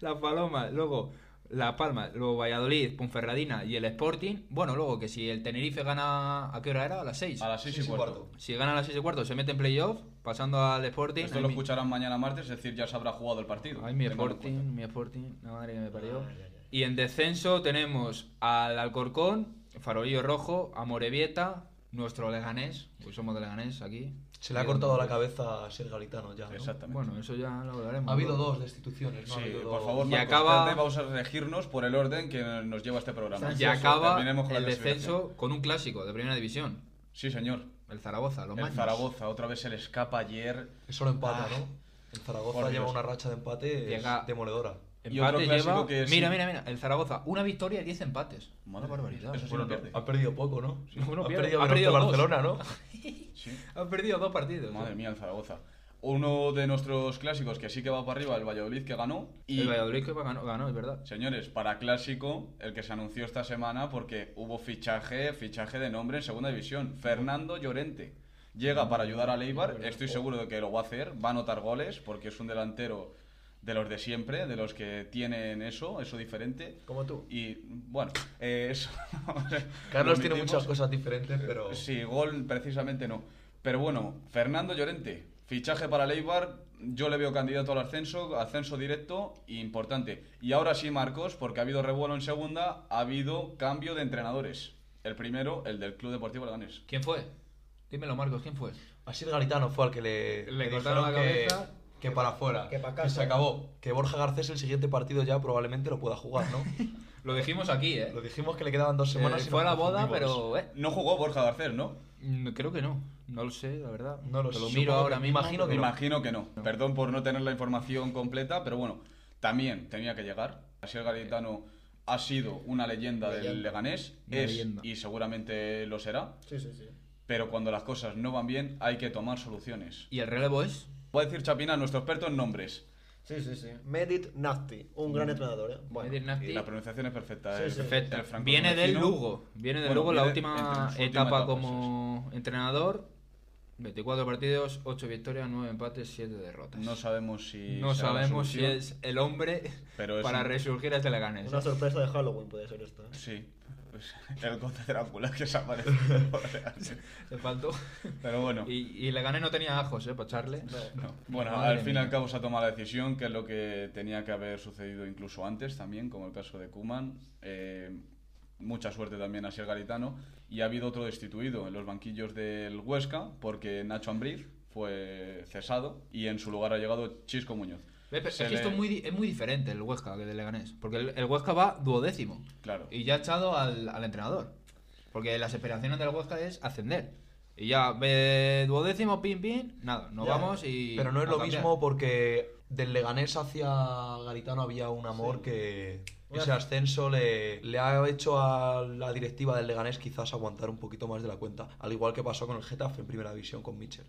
Speaker 4: Las Palomas, luego La Palma, luego Valladolid, Ponferradina y el Sporting. Bueno, luego que si el Tenerife gana, ¿a qué hora era? A las 6.
Speaker 1: A las 6 y
Speaker 3: Seis y
Speaker 1: cuarto.
Speaker 3: cuarto.
Speaker 4: Si gana a las 6 y cuarto se mete en playoff, pasando al Sporting.
Speaker 1: Esto
Speaker 4: Ay,
Speaker 1: lo
Speaker 4: mi-
Speaker 1: escucharán mañana martes, es decir, ya se habrá jugado el partido.
Speaker 4: Ay, mi
Speaker 1: Tengan en cuenta.
Speaker 4: Sporting, mi Sporting, la madre que me parió.
Speaker 2: Ay, ay, ay.
Speaker 4: Y en descenso tenemos al Alcorcón, Farolillo Rojo, Amorebieta, nuestro Leganés, pues somos de Leganés aquí.
Speaker 3: Se le ha cortado la cabeza a Ser Galitano ya. ¿no?
Speaker 1: Exactamente.
Speaker 4: Bueno, eso ya lo hablaremos.
Speaker 3: Ha habido
Speaker 4: luego.
Speaker 3: dos destituciones, ¿no? Ha
Speaker 1: Sí,
Speaker 3: habido
Speaker 1: por
Speaker 3: dos.
Speaker 1: favor,
Speaker 4: Y
Speaker 1: Marcos,
Speaker 4: acaba-
Speaker 1: espérate, vamos a regirnos por el orden que nos lleva este programa.
Speaker 4: Y
Speaker 2: Ansioso,
Speaker 4: acaba
Speaker 1: Terminemos con la
Speaker 4: el
Speaker 1: clasificación.
Speaker 4: descenso con un clásico de primera división,
Speaker 1: Sí, señor.
Speaker 4: el Zaragoza, los
Speaker 1: El
Speaker 4: Maños.
Speaker 1: Zaragoza, otra vez se le escapa ayer.
Speaker 3: Es solo empata,
Speaker 1: Ah.
Speaker 3: ¿no? El Zaragoza
Speaker 1: Por
Speaker 3: lleva
Speaker 1: Dios.
Speaker 3: una racha de empate
Speaker 4: Llega-
Speaker 3: demoledora.
Speaker 1: Y otro
Speaker 4: Empate
Speaker 1: clásico
Speaker 4: lleva...
Speaker 1: que es-
Speaker 4: Mira, mira, mira, el Zaragoza, una victoria y 10 empates.
Speaker 1: Madre
Speaker 4: Una barbaridad.
Speaker 1: Eso sí
Speaker 3: Bueno,
Speaker 1: no pierde.
Speaker 3: no, ha perdido poco, ¿no?
Speaker 4: Bueno,
Speaker 3: ha perdido menos
Speaker 4: pierde. Ha
Speaker 3: que
Speaker 4: perdido
Speaker 3: el
Speaker 4: dos.
Speaker 3: Barcelona, ¿no?
Speaker 1: Sí.
Speaker 4: Han perdido dos partidos. ¿eh?
Speaker 1: Madre mía, el Zaragoza. Uno de nuestros clásicos que sí que va para arriba, el Valladolid que ganó. Y,
Speaker 4: El Valladolid que ganó, ganó, es verdad.
Speaker 1: señores, para clásico, el que se anunció esta semana porque hubo fichaje, fichaje de nombre en segunda división. Fernando Llorente. Llega para ayudar a Leibar, estoy seguro de que lo va a hacer, va a anotar goles porque es un delantero de los de siempre, de los que tienen eso, eso diferente.
Speaker 2: Como tú.
Speaker 1: Y bueno, eh, eso.
Speaker 3: Carlos
Speaker 1: lo
Speaker 3: tiene
Speaker 1: omitimos.
Speaker 3: muchas cosas diferentes, pero.
Speaker 1: Sí, gol precisamente no. Pero bueno, Fernando Llorente, fichaje para Leibar, yo le veo candidato al ascenso, ascenso directo e importante. Y ahora sí, Marcos, porque ha habido revuelo en segunda, ha habido cambio de entrenadores. El primero, el del Club Deportivo Leganés.
Speaker 4: ¿Quién fue? Dímelo, Marcos, ¿quién fue?
Speaker 3: Así el Galitano fue al que le.
Speaker 4: Le cortaron
Speaker 3: dijeron
Speaker 4: la
Speaker 3: que-
Speaker 4: cabeza.
Speaker 3: Que, para afuera.
Speaker 2: que pa'
Speaker 3: se
Speaker 2: casa.
Speaker 3: acabó. Que Borja Garcés el siguiente partido ya probablemente lo pueda jugar, ¿no?
Speaker 4: Lo dijimos aquí, ¿eh?
Speaker 3: lo dijimos que le quedaban dos
Speaker 4: Eh,
Speaker 3: semanas. y
Speaker 4: fue a
Speaker 3: nos
Speaker 4: la boda,
Speaker 3: confundimos.
Speaker 4: pero... eh,
Speaker 1: No jugó Borja Garcés, ¿no?
Speaker 4: mm, creo que no. No lo sé, la verdad.
Speaker 3: No lo
Speaker 4: Te
Speaker 3: sé,
Speaker 4: Lo
Speaker 3: supongo
Speaker 4: miro
Speaker 3: que-
Speaker 4: ahora
Speaker 3: me
Speaker 4: mismo,
Speaker 3: imagino que
Speaker 4: pero-
Speaker 1: Imagino que no. Perdón por no tener la información completa, pero bueno, también tenía que llegar. Asier Garitano ha sido una leyenda, del
Speaker 2: Leyenda.
Speaker 1: Leganés,
Speaker 4: Una
Speaker 1: es
Speaker 4: leyenda.
Speaker 1: y seguramente lo será.
Speaker 2: Sí, sí, sí.
Speaker 1: Pero cuando las cosas no van bien, hay que tomar soluciones.
Speaker 4: ¿Y el relevo es?
Speaker 1: Va a decir Chapina, nuestro experto en nombres.
Speaker 2: Sí, sí, sí. Medit Nafti, un gran entrenador, ¿eh? Bueno,
Speaker 4: Medir Nafti.
Speaker 1: Y la pronunciación es perfecta.
Speaker 2: Sí,
Speaker 1: el-
Speaker 2: sí.
Speaker 4: Perfecta.
Speaker 1: el franco
Speaker 4: Viene del
Speaker 1: tunecino.
Speaker 4: Lugo. Viene del
Speaker 1: Bueno,
Speaker 4: Lugo la
Speaker 1: viene entre
Speaker 4: última
Speaker 1: su última
Speaker 4: etapa
Speaker 1: etapa,
Speaker 4: como entrenador. 24 partidos, 8 victorias, 9 empates, 7 derrotas.
Speaker 1: No sabemos si.
Speaker 4: No
Speaker 1: será la
Speaker 4: sabemos si
Speaker 1: solución,
Speaker 4: es el hombre
Speaker 1: Pero es
Speaker 4: para
Speaker 1: un-
Speaker 4: resurgir a este Leganés.
Speaker 2: una sorpresa de Halloween puede ser esto. ¿eh?
Speaker 1: Sí. Pues, el conde Drácula que se aparece.
Speaker 4: ¿eh? Le faltó.
Speaker 1: Pero bueno.
Speaker 4: Y, y Leganés no tenía ajos, ¿eh? Para echarle.
Speaker 1: No. Bueno,
Speaker 4: Madre
Speaker 1: al fin y
Speaker 4: mía.
Speaker 1: al cabo se ha tomado la decisión, que es lo que tenía que haber sucedido incluso antes también, como el caso de Kuman. Eh, mucha suerte también a Sier Garitano. Y ha habido otro destituido en los banquillos del Huesca, porque Nacho Ambriz fue cesado y en su lugar ha llegado Chisco Muñoz.
Speaker 4: Ve, pero
Speaker 1: Se
Speaker 4: es que esto
Speaker 1: le-
Speaker 4: es muy, di- es muy diferente el Huesca que del Leganés. Porque el, el Huesca va duodécimo.
Speaker 1: Claro.
Speaker 4: Y ya ha echado al, al entrenador. Porque las esperaciones del Huesca es ascender. Y ya, ve duodécimo, pim, pim, nada, nos
Speaker 2: Ya,
Speaker 4: vamos y.
Speaker 3: Pero no es
Speaker 4: a
Speaker 3: lo
Speaker 4: cambiar.
Speaker 3: mismo porque del Leganés hacia Garitano había un amor que ese ascenso le, le ha hecho a la directiva del Leganés quizás aguantar un poquito más de la cuenta. Al igual que pasó con el Getafe en primera división con Mitchell.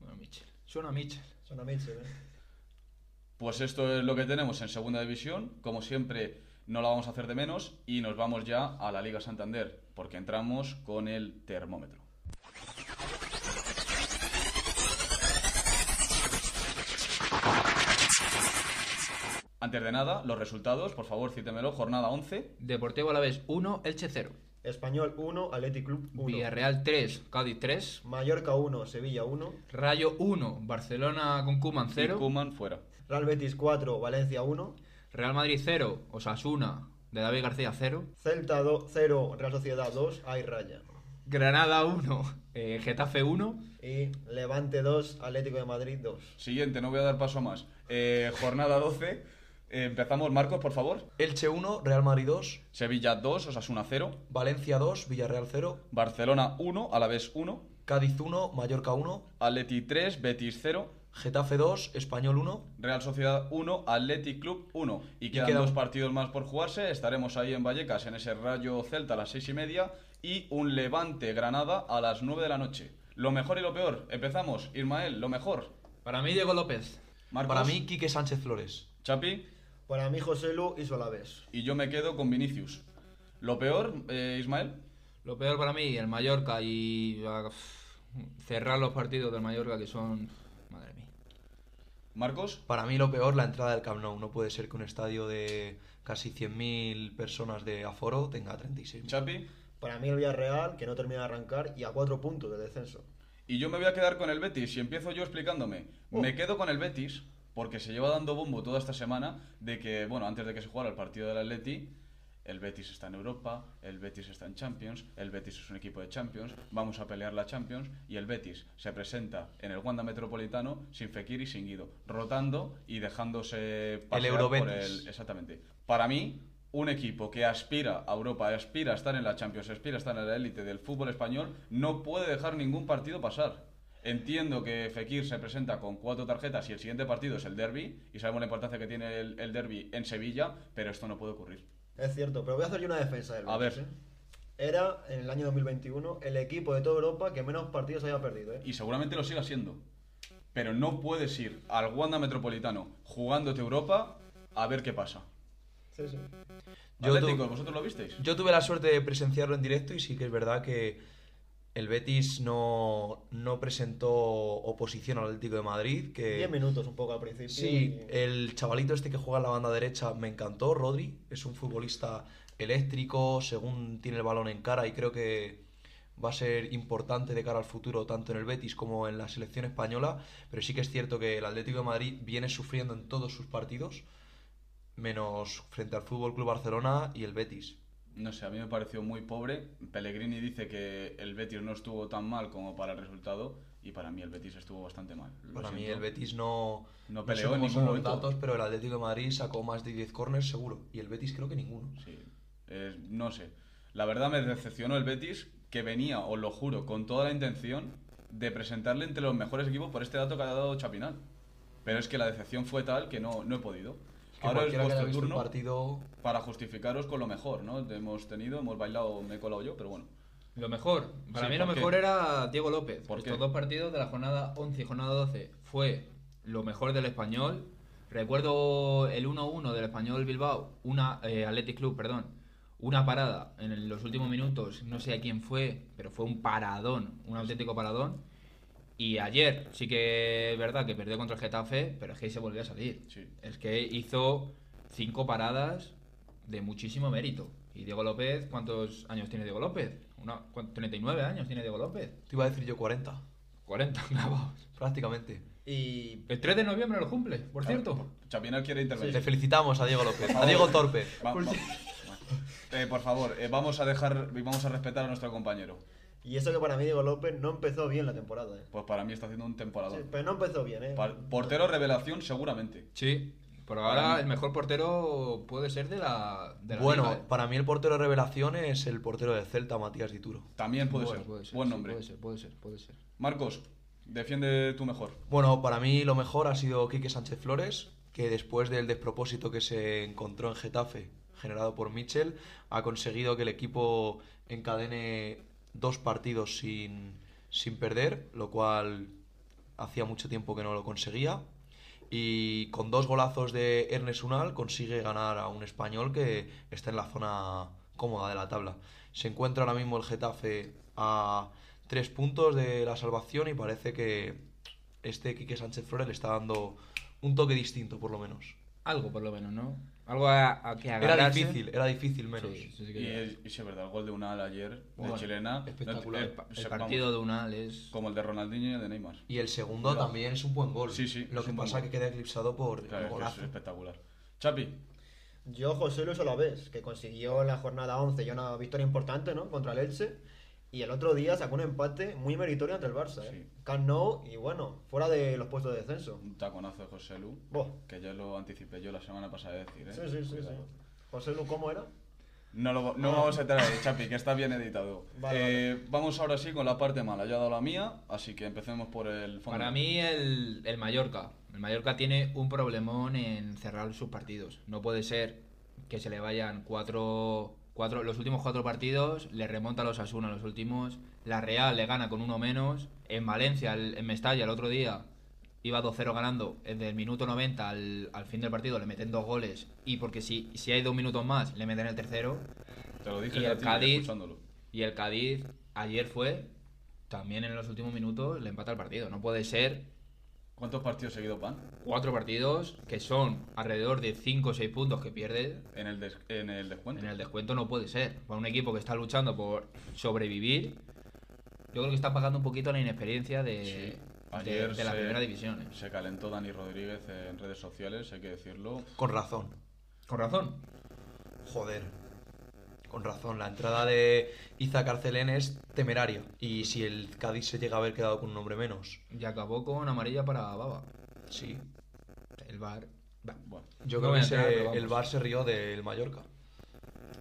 Speaker 4: Bueno, Mitchell. Suena Mitchell.
Speaker 2: Suena Mitchell, ¿eh?
Speaker 1: Pues esto es lo que tenemos en segunda división. Como siempre, no la vamos a hacer de menos y nos vamos ya a la Liga Santander, porque entramos con el termómetro. Antes de nada, los resultados, por favor, cítemelo. Jornada 11.
Speaker 4: Deportivo Alavés 1, Elche 0.
Speaker 2: Español 1, Athletic Club 1.
Speaker 4: Villarreal 3, Cádiz 3.
Speaker 2: Mallorca 1, Sevilla 1.
Speaker 4: Rayo 1, Barcelona con Kuman
Speaker 1: Y
Speaker 4: 0.
Speaker 1: Koeman fuera.
Speaker 2: Real Betis 4, Valencia 1.
Speaker 4: Real Madrid 0, Osasuna de David García 0.
Speaker 2: Celta 0, Real Sociedad 2, hay raya.
Speaker 4: Granada 1, eh, Getafe 1.
Speaker 2: Y Levante 2, Atlético de Madrid 2.
Speaker 1: Siguiente, no voy a dar paso a más. Eh, jornada 12. Eh, empezamos, Marcos, por favor.
Speaker 3: Elche 1, Real Madrid 2,
Speaker 1: Sevilla 2, Osasuna 0.
Speaker 3: Valencia 2, Villarreal 0,
Speaker 1: Barcelona 1, Alavés 1.
Speaker 3: Cádiz 1, Mallorca 1,
Speaker 1: Atleti 3, Betis 0.
Speaker 3: Getafe 2, Español 1.
Speaker 1: Real Sociedad 1, Athletic Club 1. Y quedan
Speaker 3: queda-
Speaker 1: dos partidos más por jugarse. Estaremos ahí en Vallecas en ese Rayo Celta a las seis y media y un Levante Granada a las 9 de la noche. Lo mejor y lo peor. Empezamos. Ismael, lo mejor.
Speaker 4: Para mí, Diego López.
Speaker 1: Marcos,
Speaker 3: Para mí, Quique Sánchez Flores.
Speaker 1: Chapi
Speaker 2: Para mí, José Lu hizo la vez.
Speaker 1: y yo me quedo con Vinicius. Lo peor, eh, Ismael.
Speaker 4: Lo peor para mí, el Mallorca y ah, pff, cerrar los partidos del Mallorca que son. Madre mía.
Speaker 1: Marcos,
Speaker 3: Para mí lo peor, la entrada del Camp Nou. No puede ser que un estadio de casi 100.000 personas de aforo tenga 36.
Speaker 1: Chapi.
Speaker 2: Para mí, el Villarreal, que no termina de arrancar y a 4 puntos de descenso.
Speaker 1: Y yo me voy a quedar con el Betis y empiezo yo explicándome. Me quedo con el Betis porque se lleva dando bombo toda esta semana de que, bueno, antes de que se jugara el partido del Atleti, el Betis está en Europa, el Betis está en Champions, el Betis es un equipo de Champions, vamos a pelear la Champions y el Betis se presenta en el Wanda Metropolitano sin Fekir y sin Guido, rotando y dejándose pasear por
Speaker 3: Eurobetis.
Speaker 1: el... Exactamente. Para mí, un equipo que aspira a Europa, aspira a estar en la Champions, aspira a estar en la élite del fútbol español, no puede dejar ningún partido pasar. Entiendo que Fekir se presenta con cuatro tarjetas y el siguiente partido es el derby, y sabemos la importancia que tiene el, el derby en Sevilla, pero esto no puede ocurrir.
Speaker 2: Es cierto, pero voy a hacer yo una defensa del
Speaker 1: A
Speaker 2: Betis,
Speaker 1: ver.
Speaker 2: ¿eh? Era, en el año 2021, el equipo de toda Europa que menos partidos había perdido. ¿eh?
Speaker 1: Y seguramente lo siga siendo. Pero no puedes ir al Wanda Metropolitano jugándote Europa a ver qué pasa.
Speaker 2: Sí, sí.
Speaker 3: Yo
Speaker 1: Atlético,
Speaker 3: tu-
Speaker 1: ¿vosotros lo visteis?
Speaker 3: Yo tuve la suerte de presenciarlo en directo y sí que es verdad que el Betis no, no presentó oposición al Atlético de Madrid. Que
Speaker 2: 10 minutos un poco al principio.
Speaker 3: Eh, Sí,
Speaker 2: y-
Speaker 3: el chavalito este que juega en la banda derecha me encantó, Rodri. Es un futbolista eléctrico, según tiene el balón en cara y creo que va a ser importante de cara al futuro, tanto en el Betis como en la selección española. Pero sí que es cierto que el Atlético de Madrid viene sufriendo en todos sus partidos, menos frente al Fútbol Club Barcelona y el Betis.
Speaker 1: No sé, a mí me pareció muy pobre. Pellegrini dice que el Betis no estuvo tan mal como para el resultado y para mí el Betis estuvo bastante mal. Lo
Speaker 3: Para mí
Speaker 1: siento.
Speaker 3: el Betis no,
Speaker 1: No
Speaker 3: sé
Speaker 1: peleó en
Speaker 3: cómo
Speaker 1: ningún
Speaker 3: son los
Speaker 1: momento.
Speaker 3: datos, pero el Atlético de Madrid sacó más de 10 corners seguro y el Betis creo que ninguno.
Speaker 1: Sí, es- no sé. La verdad me decepcionó el Betis, que venía, os lo juro, con toda la intención de presentarle entre los mejores equipos por este dato que ha dado Chapinal. Pero es que la decepción fue tal que no, no he podido.
Speaker 3: Que
Speaker 1: Ahora es
Speaker 3: cualquiera que haya
Speaker 1: vuestro
Speaker 3: visto el
Speaker 1: turno
Speaker 3: partido
Speaker 1: para justificaros con lo mejor, ¿no? Hemos tenido, hemos bailado, me he colado yo, pero bueno.
Speaker 4: Lo mejor, para
Speaker 1: Sí,
Speaker 4: mí lo
Speaker 1: ¿por qué?
Speaker 4: mejor era Diego López.
Speaker 1: ¿Por
Speaker 4: Estos
Speaker 1: qué?
Speaker 4: dos partidos de la jornada 11 y jornada 12 fue lo mejor del español. Recuerdo el 1-1 del español Bilbao, una eh, Athletic Club, perdón, una parada en el- los últimos minutos, no sé a quién fue, pero fue un paradón, un auténtico paradón. Y ayer sí que es verdad que perdió contra el Getafe, pero es que ahí se volvió a salir.
Speaker 1: Sí.
Speaker 4: Es que hizo cinco paradas de muchísimo mérito. Y Diego López, ¿cuántos años tiene Diego López? Una, ¿cuánto- 39 años tiene Diego López.
Speaker 3: Te iba a decir yo 40,
Speaker 4: 40, clavos.
Speaker 3: prácticamente.
Speaker 2: y
Speaker 4: El 3 de noviembre lo cumple, por cierto.
Speaker 1: Chapinal quiere intervenir.
Speaker 3: Le felicitamos a Diego López, a Diego Torpe.
Speaker 1: Va- va- Eh, por favor, eh, vamos a dejar y vamos a respetar a nuestro compañero.
Speaker 2: Y eso que para mí Diego López no empezó bien la temporada, ¿eh?
Speaker 1: Pues para mí está haciendo un temporada.
Speaker 2: Sí, pero no empezó bien, ¿eh?
Speaker 1: Portero revelación seguramente.
Speaker 4: Sí, por
Speaker 1: Para
Speaker 4: ahora
Speaker 1: mí.
Speaker 4: el mejor portero puede ser de la. De la
Speaker 3: Bueno,
Speaker 4: liga, ¿eh?
Speaker 3: para mí el portero de revelación es el portero del Celta, Matías Dituro.
Speaker 1: También puede,
Speaker 4: Bueno,
Speaker 1: ser. Buen
Speaker 4: sí,
Speaker 1: nombre.
Speaker 4: puede ser, puede ser, puede ser.
Speaker 1: Marcos, defiende tu mejor.
Speaker 3: Bueno, para mí lo mejor ha sido Quique Sánchez Flores, que después del despropósito que se encontró en Getafe, generado por Mitchell, ha conseguido que el equipo encadene dos partidos sin, sin perder, lo cual hacía mucho tiempo que no lo conseguía. Y con dos golazos de Ernest Unal consigue ganar a un español que está en la zona cómoda de la tabla. Se encuentra ahora mismo el Getafe a tres puntos de la salvación y parece que este Quique Sánchez Flores le está dando un toque distinto, por lo menos.
Speaker 4: algo por lo menos, ¿no? Algo a, a que
Speaker 3: Era
Speaker 4: agarrarse.
Speaker 3: difícil, era difícil menos.
Speaker 4: Sí, sí, sí
Speaker 1: eh, Y,
Speaker 4: que era.
Speaker 1: es- y sí, es verdad, el gol de Unal ayer,
Speaker 3: Bueno,
Speaker 1: de chilena.
Speaker 3: espectacular.
Speaker 1: el pa- o
Speaker 4: El
Speaker 1: sea,
Speaker 4: partido
Speaker 1: vamos,
Speaker 4: de Unal es...
Speaker 1: como el de Ronaldinho y el de Neymar.
Speaker 3: Y el segundo
Speaker 1: Cuidado.
Speaker 3: también es un buen gol.
Speaker 1: Sí, sí,
Speaker 3: Lo
Speaker 1: es
Speaker 3: que
Speaker 1: un buen
Speaker 3: pasa
Speaker 1: gol.
Speaker 3: que queda eclipsado por el
Speaker 1: Claro, es que es
Speaker 3: golazo.
Speaker 1: espectacular. Chapi,
Speaker 2: Yo, José Luis Olavés, que consiguió en la jornada 11 ya una victoria importante, ¿no? Contra el Elche. Y el otro día sacó un empate muy meritorio ante el Barça, ¿eh?
Speaker 1: Sí.
Speaker 2: Camp Nou y bueno, fuera de los puestos de descenso.
Speaker 1: un taconazo de José Lu,
Speaker 2: Buah.
Speaker 1: que ya lo anticipé yo la semana pasada de decir, ¿eh?
Speaker 2: Sí, sí, sí, sí.
Speaker 1: Cuidado.
Speaker 2: José Lu, ¿cómo era?
Speaker 1: No, lo- no
Speaker 2: Ah.
Speaker 1: vamos a entrar ahí, Chapi, que está bien editado.
Speaker 2: Vale,
Speaker 1: Eh, Vamos ahora sí con la parte mala. Ya he dado la mía, así que empecemos por el fondo.
Speaker 4: Para mí el, el Mallorca. El Mallorca tiene un problemón en cerrar sus partidos. No puede ser que se le vayan cuatro, cuatro los últimos cuatro partidos, le remonta a los Asuna los últimos, la Real le gana con uno menos, en Valencia, el- en Mestalla el otro día iba 2-0 ganando, desde el minuto 90 al, al fin del partido le meten dos goles y porque si, si hay dos minutos más le meten el tercero.
Speaker 1: Te lo dije
Speaker 4: y
Speaker 1: ya a
Speaker 4: el
Speaker 1: ti,
Speaker 4: Cádiz-
Speaker 1: escuchándolo.
Speaker 4: Y el Cádiz ayer fue, también en los últimos minutos le empata el partido. No puede ser
Speaker 1: ¿Cuántos partidos seguidos van?
Speaker 4: cuatro partidos que son alrededor de 5 o 6 puntos que pierde
Speaker 1: En el, des- en el descuento.
Speaker 4: en el descuento no puede ser. Para un equipo que está luchando por sobrevivir, yo creo que está pagando un poquito la inexperiencia de,
Speaker 1: Sí.
Speaker 4: eh, de-
Speaker 1: Ayer
Speaker 4: de la
Speaker 1: se-
Speaker 4: primera división. ¿eh?
Speaker 1: Se calentó Dani Rodríguez en redes sociales, hay que decirlo.
Speaker 3: Con razón.
Speaker 4: Con razón.
Speaker 3: Joder. Con razón. La entrada de Iza Carcelén es temeraria. Y si el Cádiz se llega a haber quedado con un hombre menos.
Speaker 4: Y acabó con amarilla para Baba.
Speaker 3: Sí.
Speaker 4: El bar.
Speaker 1: Bueno,
Speaker 3: Yo
Speaker 4: No
Speaker 3: creo
Speaker 4: voy
Speaker 3: que
Speaker 4: a entrar,
Speaker 3: se-
Speaker 4: pero vamos.
Speaker 3: el Bar se rió del Mallorca.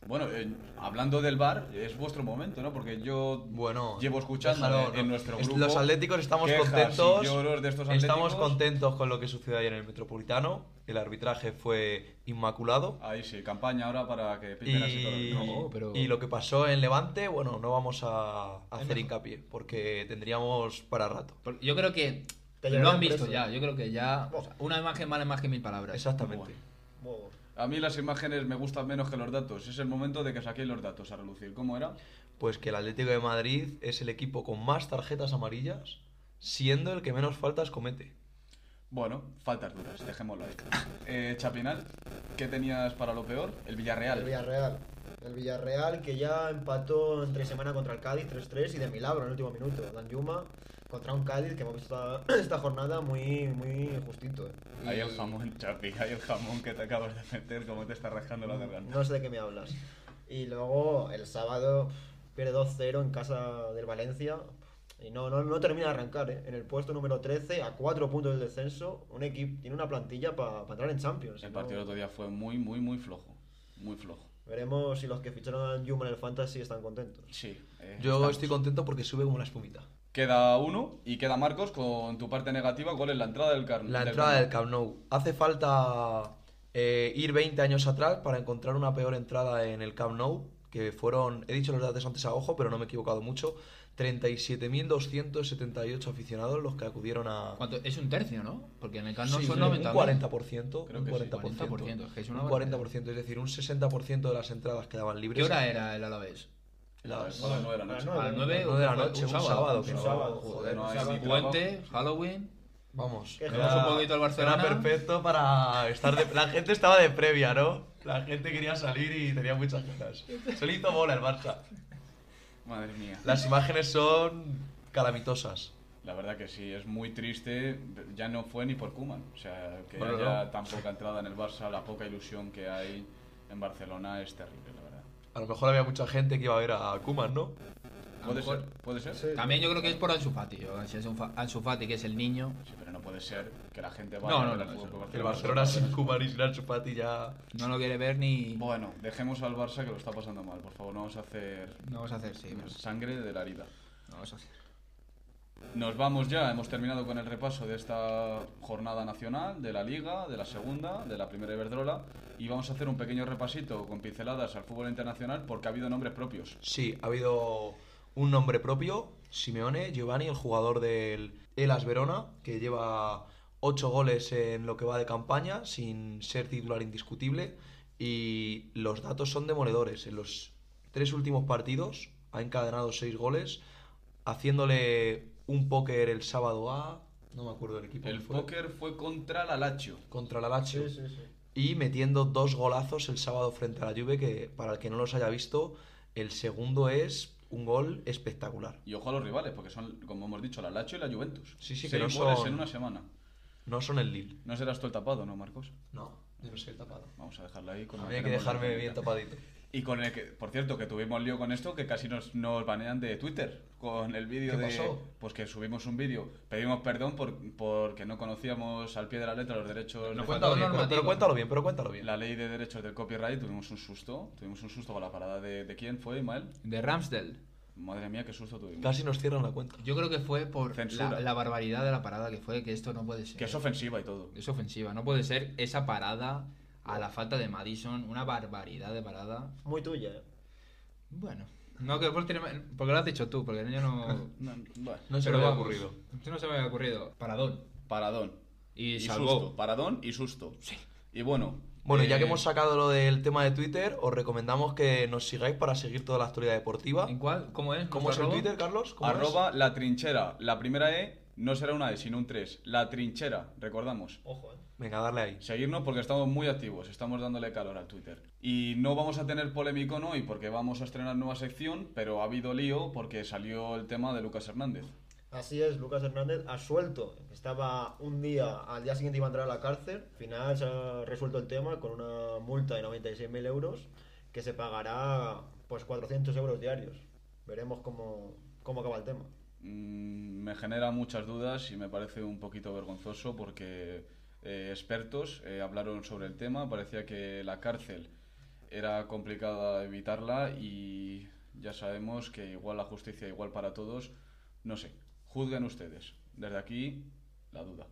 Speaker 1: Bueno, eh, hablando del bar, es vuestro momento, ¿no? Porque yo
Speaker 3: Bueno,
Speaker 1: llevo escuchando
Speaker 3: déjalo,
Speaker 1: en
Speaker 3: no.
Speaker 1: nuestro
Speaker 3: Es-
Speaker 1: grupo.
Speaker 3: Los Atléticos estamos
Speaker 1: quejas y
Speaker 3: contentos.
Speaker 1: lloros de estos
Speaker 3: estamos
Speaker 1: atléticos.
Speaker 3: contentos con lo que sucedió ayer en el Metropolitano. El arbitraje fue inmaculado.
Speaker 1: Ahí sí, campaña ahora para que
Speaker 3: Y,
Speaker 1: piperas y, todo. el-
Speaker 4: No, pero-
Speaker 3: y lo que pasó en Levante, bueno, no vamos a hacer
Speaker 4: mejor.
Speaker 3: hincapié porque tendríamos para rato.
Speaker 4: Porque Yo creo que
Speaker 2: Te
Speaker 4: lo
Speaker 2: llevaron
Speaker 4: han visto
Speaker 2: preso.
Speaker 4: ya. Yo creo que ya.
Speaker 2: Buah.
Speaker 3: Oh.
Speaker 4: o sea, una imagen vale más que mil palabras.
Speaker 3: Exactamente.
Speaker 2: Bueno,
Speaker 1: A mí las imágenes me gustan menos que los datos. Es el momento de que saquéis los datos a relucir. ¿Cómo era?
Speaker 3: Pues que el Atlético de Madrid es el equipo con más tarjetas amarillas, siendo el que menos faltas comete.
Speaker 1: Bueno, faltas duras, dejémoslo ahí. Eh, Chapinal, ¿qué tenías para lo peor? El Villarreal.
Speaker 2: El Villarreal. El Villarreal que ya empató entre semana contra el Cádiz 3-3 y de milagro en el último minuto. Dan Yuma contra un Cádiz que hemos visto esta, esta jornada muy, muy justito. ¿eh?
Speaker 1: Ahí el jamón, Chapi, ahí el jamón que te acabas de meter, como te está rajando
Speaker 3: Mm.
Speaker 1: la garganta.
Speaker 2: No sé de qué me hablas. Y luego el sábado pierde 2-0 en casa del Valencia. Y no, no, no termina de arrancar, ¿eh? En el puesto número 13, a 4 puntos del descenso, un equipo tiene una plantilla para entrar en Champions.
Speaker 1: El
Speaker 2: ¿no?
Speaker 1: partido del otro día fue muy, muy, muy flojo. Muy flojo.
Speaker 2: Veremos si los que ficharon a Yuma en el Fantasy están contentos.
Speaker 1: Sí. eh,
Speaker 3: Yo
Speaker 1: estamos.
Speaker 3: estoy contento porque sube como una espumita.
Speaker 1: Queda uno y queda Marcos con tu parte negativa. ¿Cuál es la entrada del carnet?
Speaker 3: La entrada del Camp Nou. Hace falta eh, ir 20 años atrás para encontrar una peor entrada en el Camp Nou, que fueron, he dicho los datos antes a ojo, pero no me he equivocado mucho, 37.278 aficionados los que acudieron a...
Speaker 4: ¿Cuánto? Es un tercio, ¿no? Porque en el caso
Speaker 3: Sí,
Speaker 4: son
Speaker 3: un
Speaker 4: 90.000.
Speaker 3: 40%,
Speaker 1: Creo
Speaker 3: un
Speaker 1: que sí.
Speaker 3: 40%,
Speaker 4: 40%, es que es una
Speaker 3: un
Speaker 4: barbaridad.
Speaker 3: 40%, es decir, un 60% de las entradas quedaban libres.
Speaker 4: ¿Qué hora era el Alavés?
Speaker 3: Las-
Speaker 1: A las nueve de la noche.
Speaker 2: A
Speaker 4: ¿A
Speaker 2: las
Speaker 4: las
Speaker 2: nueve,
Speaker 4: 9
Speaker 3: nueve de la noche, un sábado,
Speaker 2: Un
Speaker 3: Pero,
Speaker 2: sábado,
Speaker 1: joder, no hay ni
Speaker 4: Puente, Halloween.
Speaker 3: Vamos.
Speaker 2: Que
Speaker 4: jugamos un poquito al Barcelona.
Speaker 3: Era perfecto para estar de... La gente estaba de previa, ¿no? La gente quería salir y tenía muchas ganas. Se le hizo bola el Barça.
Speaker 1: Madre mía.
Speaker 3: Las imágenes son calamitosas.
Speaker 1: La verdad que sí, es muy triste. Ya no fue ni por Kuman. O sea, que
Speaker 3: Bueno,
Speaker 1: haya
Speaker 3: no.
Speaker 1: tan poca entrada en el Barça, la poca ilusión que hay en Barcelona es terrible, la verdad.
Speaker 3: A lo mejor había mucha gente que iba a ver a Kuman, ¿no?
Speaker 4: A lo
Speaker 1: ¿Puede
Speaker 4: mejor-
Speaker 1: ser? ¿Puede ser?
Speaker 2: Sí.
Speaker 4: También yo creo que es por Ansu Fati. yo, Si es un fa- Ansu Fati, que es el niño.
Speaker 1: Sí, pero no puede ser que la gente
Speaker 4: No,
Speaker 1: vaya
Speaker 4: no,
Speaker 1: a ver
Speaker 4: no,
Speaker 1: el
Speaker 4: eso
Speaker 1: fútbol
Speaker 4: no.
Speaker 1: por
Speaker 3: El Barcelona sin Kuman y sin Ansu Fati ya...
Speaker 4: No lo quiere ver ni.
Speaker 1: Bueno, dejemos al Barça que lo está pasando mal. Por favor, no vamos a hacer
Speaker 4: No vamos a hacer, sí. pero-
Speaker 1: sangre de la herida.
Speaker 4: No vamos a hacer.
Speaker 1: Nos vamos ya, hemos terminado con el repaso de esta jornada nacional, de la Liga, de la Segunda, de la Primera Iberdrola y vamos a hacer un pequeño repasito con pinceladas al fútbol internacional porque ha habido nombres propios.
Speaker 3: Sí, ha habido un nombre propio, Simeone Giovanni, el jugador del Elas Verona, que lleva ocho goles en lo que va de campaña, sin ser titular indiscutible, y los datos son demoledores. En los tres últimos partidos ha encadenado seis goles, haciéndole un póker el sábado a... no me acuerdo del equipo.
Speaker 1: El
Speaker 3: que fue,
Speaker 1: póker fue contra la Lazio.
Speaker 3: Contra la Lazio.
Speaker 2: Sí, sí, sí.
Speaker 3: y metiendo dos golazos el sábado frente a la Juve, que para el que no los haya visto, el segundo es un gol espectacular.
Speaker 1: Y ojo a los rivales, porque son, como hemos dicho, la Lazio y la Juventus.
Speaker 3: Sí, sí,
Speaker 1: Seis
Speaker 3: que no
Speaker 1: goles
Speaker 3: son-
Speaker 1: en una semana.
Speaker 3: No son el Lille.
Speaker 1: No serás tú el tapado, ¿no, Marcos?
Speaker 3: No, yo no soy el tapado.
Speaker 1: Vamos a dejarla ahí. Con la
Speaker 3: Habría que
Speaker 1: tenemos la
Speaker 3: dejarme
Speaker 1: comida.
Speaker 3: bien tapadito.
Speaker 1: Y con el que, por cierto, que tuvimos lío con esto, que casi nos, nos banean de Twitter. Con el vídeo
Speaker 3: ¿Qué
Speaker 1: de.
Speaker 3: pasó?
Speaker 1: Pues que subimos un vídeo, pedimos perdón por, porque no conocíamos al pie de la letra los derechos.
Speaker 4: No
Speaker 1: de-
Speaker 4: cuenta
Speaker 3: Cuéntalo
Speaker 4: Cuéntalo
Speaker 3: bien, pero, pero
Speaker 4: normativo.
Speaker 3: cuéntalo bien, pero cuéntalo bien.
Speaker 1: la ley de derechos del copyright, tuvimos un susto. Tuvimos un susto con la parada de. ¿De quién fue, Ismael?
Speaker 4: De Ramsdell.
Speaker 1: Madre mía, qué susto tuvimos.
Speaker 3: Casi nos cierran la cuenta.
Speaker 4: Yo creo que fue por
Speaker 1: Censura.
Speaker 4: la, la barbaridad de la parada que fue, que esto no puede ser.
Speaker 1: Que es ofensiva y todo.
Speaker 4: Es ofensiva, no puede ser esa parada a la falta de Madison, una barbaridad de parada.
Speaker 2: Muy tuya, ¿eh?
Speaker 4: Bueno, no que por tener- porque lo has dicho tú, porque yo no...
Speaker 1: No, bueno.
Speaker 3: No se
Speaker 4: Pero
Speaker 3: me había
Speaker 4: vamos,
Speaker 3: ocurrido.
Speaker 4: No se me había ocurrido. Paradón.
Speaker 1: Paradón.
Speaker 4: Y,
Speaker 1: Y susto.
Speaker 4: salvó.
Speaker 1: Paradón y susto. Sí. Y bueno.
Speaker 3: Bueno, ya que
Speaker 1: eh,
Speaker 3: hemos sacado lo del tema de Twitter, os recomendamos que nos sigáis para seguir toda la actualidad deportiva.
Speaker 4: ¿En cuál? ¿Cómo es?
Speaker 3: ¿Cómo es el
Speaker 4: ¿Arroba?
Speaker 3: Twitter, Carlos? ¿Cómo es?
Speaker 1: Arroba la trinchera. La primera E no será una E, sino un 3. La trinchera, recordamos.
Speaker 2: Ojo, ¿eh?
Speaker 3: Venga, darle ahí.
Speaker 1: Seguirnos porque estamos muy activos, estamos dándole calor al Twitter. Y no vamos a tener polémico hoy porque vamos a estrenar nueva sección, pero ha habido lío porque salió el tema de Lucas Hernández.
Speaker 2: Así es, Lucas Hernández ha suelto. Estaba un día, al día siguiente iba a entrar a la cárcel. Al final se ha resuelto el tema con una multa de 96.000 euros que se pagará pues 400 euros diarios. Veremos cómo, cómo acaba el tema.
Speaker 1: Mm, me genera muchas dudas y me parece un poquito vergonzoso porque eh, expertos eh, hablaron sobre el tema, parecía que la cárcel era complicada evitarla y ya sabemos que igual la justicia igual para todos, no sé, juzguen ustedes. Desde aquí la duda.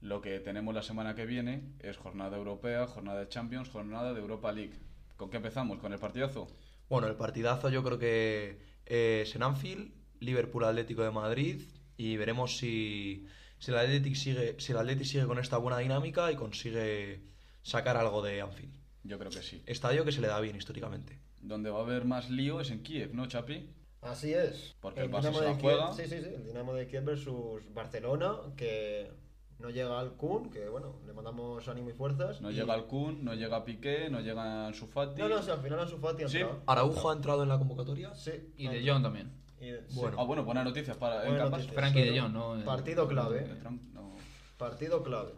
Speaker 1: Lo que tenemos la semana que viene es jornada europea, jornada de Champions, jornada de Europa League. ¿Con qué empezamos? ¿Con el partidazo?
Speaker 3: Bueno, el partidazo yo creo que eh, es en Anfield, Liverpool Atlético de Madrid y veremos si, si el Atlético sigue, si el Athletic sigue con esta buena dinámica y consigue sacar algo de Anfield.
Speaker 1: Yo creo que sí.
Speaker 3: Estadio que se le da bien históricamente.
Speaker 1: Donde va a haber más lío es en Kiev, ¿no, Chapi?
Speaker 2: Así es.
Speaker 1: Porque el Barça se
Speaker 2: de
Speaker 1: la
Speaker 2: Kiev-
Speaker 1: juega.
Speaker 2: Sí, sí, sí. El Dinamo de Kiev versus Barcelona, que no llega al Kun, que bueno, le mandamos ánimo y fuerdas.
Speaker 1: No
Speaker 2: Y-
Speaker 1: llega el Kun, no llega Piqué, no llega Ansu Fati.
Speaker 2: No, no, sí, al final Ansu Fati ha
Speaker 1: Sí.
Speaker 2: entrado.
Speaker 3: ¿Araujo ha entrado en la convocatoria?
Speaker 2: Sí.
Speaker 4: Y de John también.
Speaker 2: Y de-
Speaker 3: Bueno.
Speaker 1: Ah, bueno, buenas noticias para el
Speaker 2: Buenas
Speaker 1: Campas.
Speaker 2: noticias.
Speaker 4: Frankie
Speaker 2: Sí.
Speaker 4: de Jong, ¿no?
Speaker 2: Partido clave.
Speaker 1: Eh, Trump, no.
Speaker 2: Partido clave.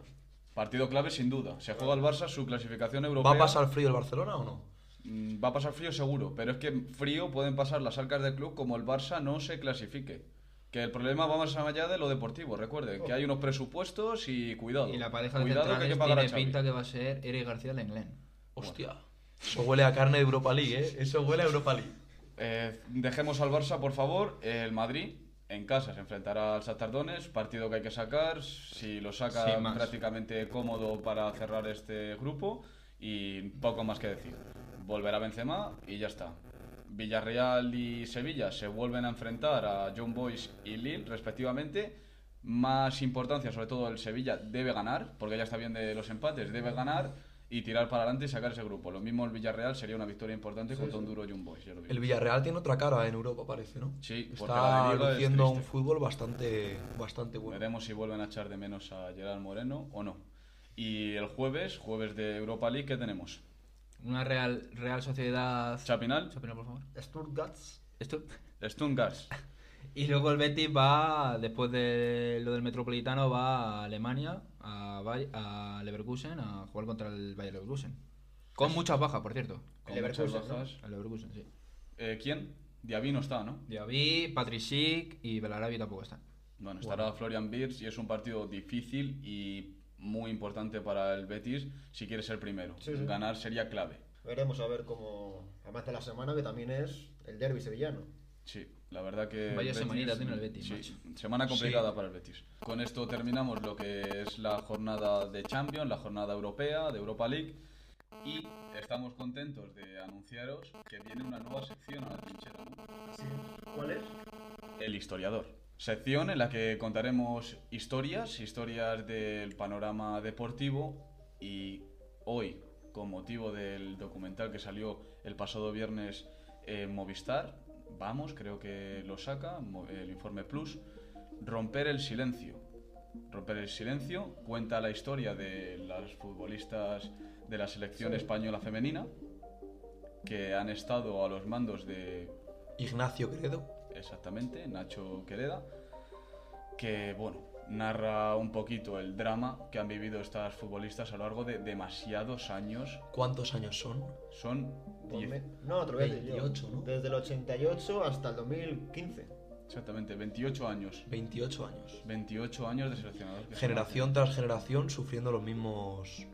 Speaker 1: Partido clave sin duda. Se juega el Barça su clasificación europea.
Speaker 3: ¿Va a pasar frío el Barcelona o no?
Speaker 1: Mm, Va a pasar frío seguro, pero es que frío pueden pasar las arcas del club como el Barça no se clasifique. Que el problema va más allá de lo deportivo, recuerden, que hay unos presupuestos y cuidado.
Speaker 4: Oh. Y la pareja de
Speaker 1: cuidado que hay que
Speaker 4: centrales
Speaker 1: pagar a
Speaker 4: tiene
Speaker 1: Xavi.
Speaker 4: pinta que va a ser Eric García Lenglen.
Speaker 3: Hostia. Eso huele a carne de Europa League, ¿eh? Eso huele a Europa League.
Speaker 1: Eh, dejemos al Barça, por favor. El Madrid en casa se enfrentará al Shakhtar Donetsk, partido que hay que sacar. Si lo saca
Speaker 4: Sin más.
Speaker 1: prácticamente cómodo para cerrar este grupo y poco más que decir. Volverá Benzema y ya está. Villarreal y Sevilla se vuelven a enfrentar a John Boys y Lille respectivamente. Más importancia, sobre todo el Sevilla debe ganar, porque ya está bien de los empates, debe ganar y tirar para adelante y sacar ese grupo. Lo mismo el Villarreal sería una victoria importante contra un duro John Boys. ya lo digo.
Speaker 3: El Villarreal tiene otra cara en Europa, parece, ¿no?
Speaker 1: Sí, porque la
Speaker 3: Está
Speaker 1: de Liga es
Speaker 3: luciendo un
Speaker 1: triste.
Speaker 3: fútbol bastante, bastante bueno.
Speaker 1: Veremos si vuelven a echar de menos a Gerard Moreno o no. Y el jueves, jueves de Europa League, ¿qué tenemos?
Speaker 4: Una Real, Real Sociedad...
Speaker 1: Chapinal,
Speaker 4: Chapinal, por favor.
Speaker 2: Stuttgart.
Speaker 4: Esto...
Speaker 1: Stuttgart.
Speaker 4: Y luego el Betis va, después de lo del Metropolitano, va a Alemania, a, Bay- a Leverkusen, a jugar contra el Bayer Leverkusen.
Speaker 1: Pues
Speaker 4: Con muchas bajas, por cierto.
Speaker 1: Con
Speaker 2: Leverkusen,
Speaker 1: muchas
Speaker 2: ¿no?
Speaker 1: bajas.
Speaker 4: El Leverkusen, sí.
Speaker 1: Eh, ¿Quién? Diaby no está, ¿no?
Speaker 4: Diaby, Patricic y Belarabi tampoco están.
Speaker 1: Bueno, estará Florian Birz y es un partido difícil y muy importante para el Betis si quiere ser primero.
Speaker 2: Sí, sí.
Speaker 1: Ganar sería clave.
Speaker 2: Veremos a ver cómo avanza la semana, que también es el derby sevillano.
Speaker 1: Sí, la verdad que. el
Speaker 4: Vaya semanita tiene el Betis,
Speaker 1: sí,
Speaker 4: macho.
Speaker 1: semana complicada para el Betis. Con esto terminamos lo que es la jornada de Champions, la jornada europea, de Europa League. Y estamos contentos de anunciaros que viene una nueva sección a la trinchera, ¿no?
Speaker 2: ¿Cuál es?
Speaker 1: El historiador. Sección en la que contaremos historias, historias del panorama deportivo. Y hoy, con motivo del documental que salió el pasado viernes en Movistar, vamos, creo que lo saca, mo- el informe Plus, Romper el silencio. romper el silencio, cuenta la historia de las futbolistas de la selección española femenina que han estado a los mandos de
Speaker 3: Ignacio Credo.
Speaker 1: exactamente Nacho Quereda, que bueno, narra un poquito el drama que han vivido estas futbolistas a lo largo de demasiados años.
Speaker 3: ¿Cuántos años son?
Speaker 1: Son
Speaker 2: Pues
Speaker 1: 10
Speaker 2: me- No, otro vez.
Speaker 3: 28, ¿no?
Speaker 2: Desde el 88 hasta el 2015.
Speaker 1: Exactamente, 28 años.
Speaker 3: 28 años.
Speaker 1: 28 años de seleccionador. que se
Speaker 3: Generación tras generación sufriendo los mismos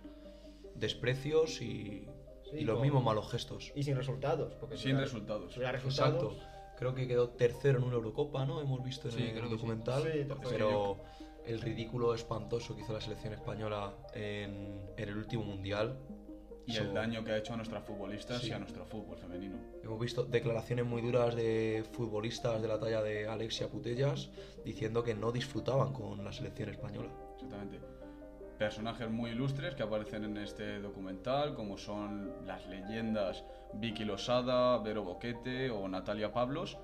Speaker 3: desprecios y,
Speaker 2: Sí,
Speaker 3: y los
Speaker 2: con-
Speaker 3: mismos malos gestos.
Speaker 2: Y sin resultados. Porque
Speaker 1: marca.
Speaker 2: si
Speaker 1: Sin
Speaker 2: hubiera-
Speaker 1: resultados.
Speaker 2: si hubiera resultados.
Speaker 3: Exacto. Creo que quedó tercero en una Eurocopa, ¿no? Hemos visto en
Speaker 4: Sí,
Speaker 3: el
Speaker 4: creo que sí.
Speaker 3: documental.
Speaker 2: Sí, tercero.
Speaker 3: pero el ridículo espantoso que hizo la selección española en, en el último mundial.
Speaker 1: Y
Speaker 3: Eso-
Speaker 1: el daño que ha hecho a nuestras futbolistas
Speaker 3: Sí.
Speaker 1: y a nuestro fútbol femenino.
Speaker 3: Hemos visto declaraciones muy duras de futbolistas de la talla de Alexia Putellas diciendo que no disfrutaban con la selección española.
Speaker 1: Exactamente. Personajes muy ilustres que aparecen en este documental, como son las leyendas Vicky Losada, Vero Boquete o Natalia Pablos,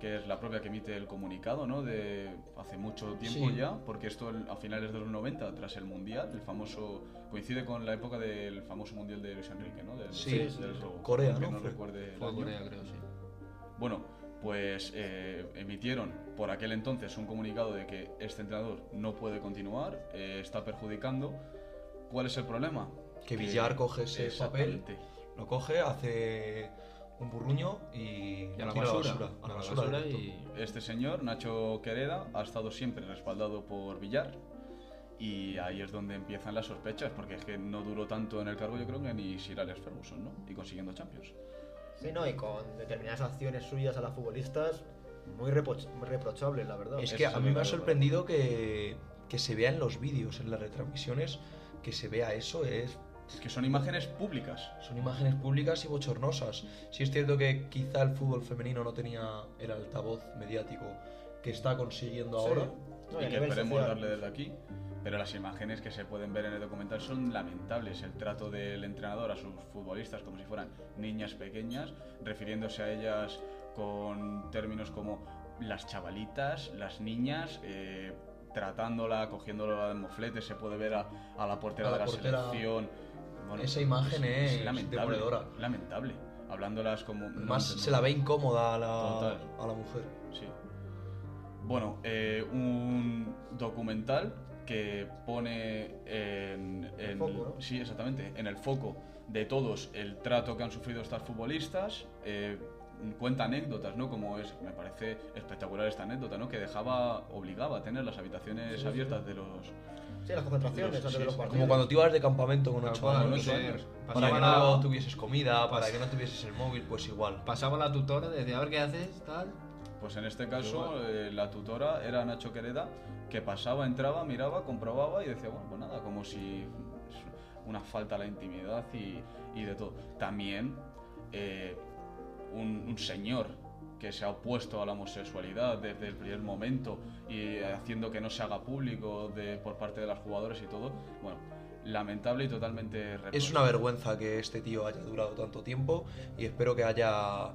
Speaker 1: que es la propia que emite el comunicado, ¿no? De hace mucho tiempo
Speaker 3: Sí.
Speaker 1: ya, porque esto el- a finales de los 90, tras el Mundial, el famoso... coincide con la época del famoso Mundial de Luis Enrique, ¿no? Del,
Speaker 3: Sí,
Speaker 1: del
Speaker 2: sí, sí.
Speaker 1: robo,
Speaker 3: Corea,
Speaker 1: aunque
Speaker 3: ¿no? Fue-
Speaker 1: recuerde el
Speaker 4: Fue a
Speaker 1: año.
Speaker 4: Corea, creo, sí.
Speaker 1: Bueno, pues eh, emitieron por aquel entonces un comunicado de que este entrenador no puede continuar, eh, está perjudicando. ¿Cuál es el problema?
Speaker 3: Que Villar coge ese papel,
Speaker 1: Exactamente.
Speaker 3: lo coge, hace un burruño y,
Speaker 4: Y a
Speaker 3: lo
Speaker 4: la
Speaker 3: tira
Speaker 4: basura.
Speaker 3: A la
Speaker 4: a
Speaker 3: basura, directo.
Speaker 4: y...
Speaker 1: Este señor, Nacho Quereda, ha estado siempre respaldado por Villar. Y ahí es donde empiezan las sospechas, porque es que no duró tanto en el cargo, yo creo que ni Sir Alex Ferguson, ¿no? Y consiguiendo Champions.
Speaker 2: Sí, no, y con determinadas acciones suyas a las futbolistas, muy reproch- reprochables, la verdad. Eh,
Speaker 3: Es
Speaker 1: Eso
Speaker 3: que
Speaker 1: sí
Speaker 3: a
Speaker 1: me
Speaker 3: mí me ha
Speaker 1: parece
Speaker 3: sorprendido que, que se vea en los vídeos, en las retransmisiones, que se vea eso. Es,
Speaker 1: Es que son imágenes públicas.
Speaker 3: son imágenes públicas y bochornosas. Sí es cierto que quizá el fútbol femenino no tenía el altavoz mediático que está consiguiendo
Speaker 2: Sí.
Speaker 3: ahora.
Speaker 2: No,
Speaker 1: y
Speaker 2: a
Speaker 1: que
Speaker 2: nivel
Speaker 1: esperemos
Speaker 2: social.
Speaker 1: darle desde aquí. Pero las imágenes que se pueden ver en el documental son lamentables. El trato del entrenador a sus futbolistas como si fueran niñas pequeñas, refiriéndose a ellas con términos como las chavalitas, las niñas, eh, tratándola, cogiéndola de mofletes. Se puede ver a, a la portera
Speaker 3: A la
Speaker 1: de la
Speaker 3: portera.
Speaker 1: selección. Bueno,
Speaker 3: Esa imagen es
Speaker 1: lamentable,
Speaker 3: demoledora.
Speaker 1: Lamentable. Hablándolas como. no
Speaker 3: Más
Speaker 1: entendemos.
Speaker 3: se la ve incómoda a la,
Speaker 1: Total.
Speaker 3: a la mujer.
Speaker 1: Sí. Bueno, eh, un documental que pone en, en-
Speaker 2: foco, ¿no?
Speaker 1: sí, exactamente, en el foco de todos el trato que han sufrido estas futbolistas. eh, cuenta anécdotas, ¿no? Como es, me parece espectacular esta anécdota, ¿no? Que dejaba, obligaba a tener las habitaciones abiertas de los.
Speaker 2: Sí, las concentraciones
Speaker 1: Los-
Speaker 2: antes
Speaker 1: sí,
Speaker 2: de los
Speaker 1: sí.
Speaker 2: partidos.
Speaker 3: Como cuando te ibas de campamento con
Speaker 4: Tal
Speaker 3: ocho
Speaker 4: cual,
Speaker 3: años.
Speaker 1: ocho
Speaker 3: ¿no?
Speaker 1: años.
Speaker 3: Para que
Speaker 4: Pasaba
Speaker 3: no
Speaker 4: la,
Speaker 3: tuvieses comida, para
Speaker 4: Pas-
Speaker 3: que no tuvieses el móvil, pues igual.
Speaker 4: pasaba la tutora, desde a ver qué haces, tal.
Speaker 1: Pues en este caso, eh, la tutora era Nacho Quereda, que pasaba, entraba, miraba, comprobaba y decía, bueno, pues nada, como si es una falta a la intimidad y, y de todo. También eh, un, un señor que se ha opuesto a la homosexualidad desde el primer momento y eh, haciendo que no se haga público de, por parte de las jugadoras y todo, bueno, lamentable y totalmente
Speaker 3: Es
Speaker 1: reprochable.
Speaker 3: una vergüenza que este tío haya durado tanto tiempo y espero que haya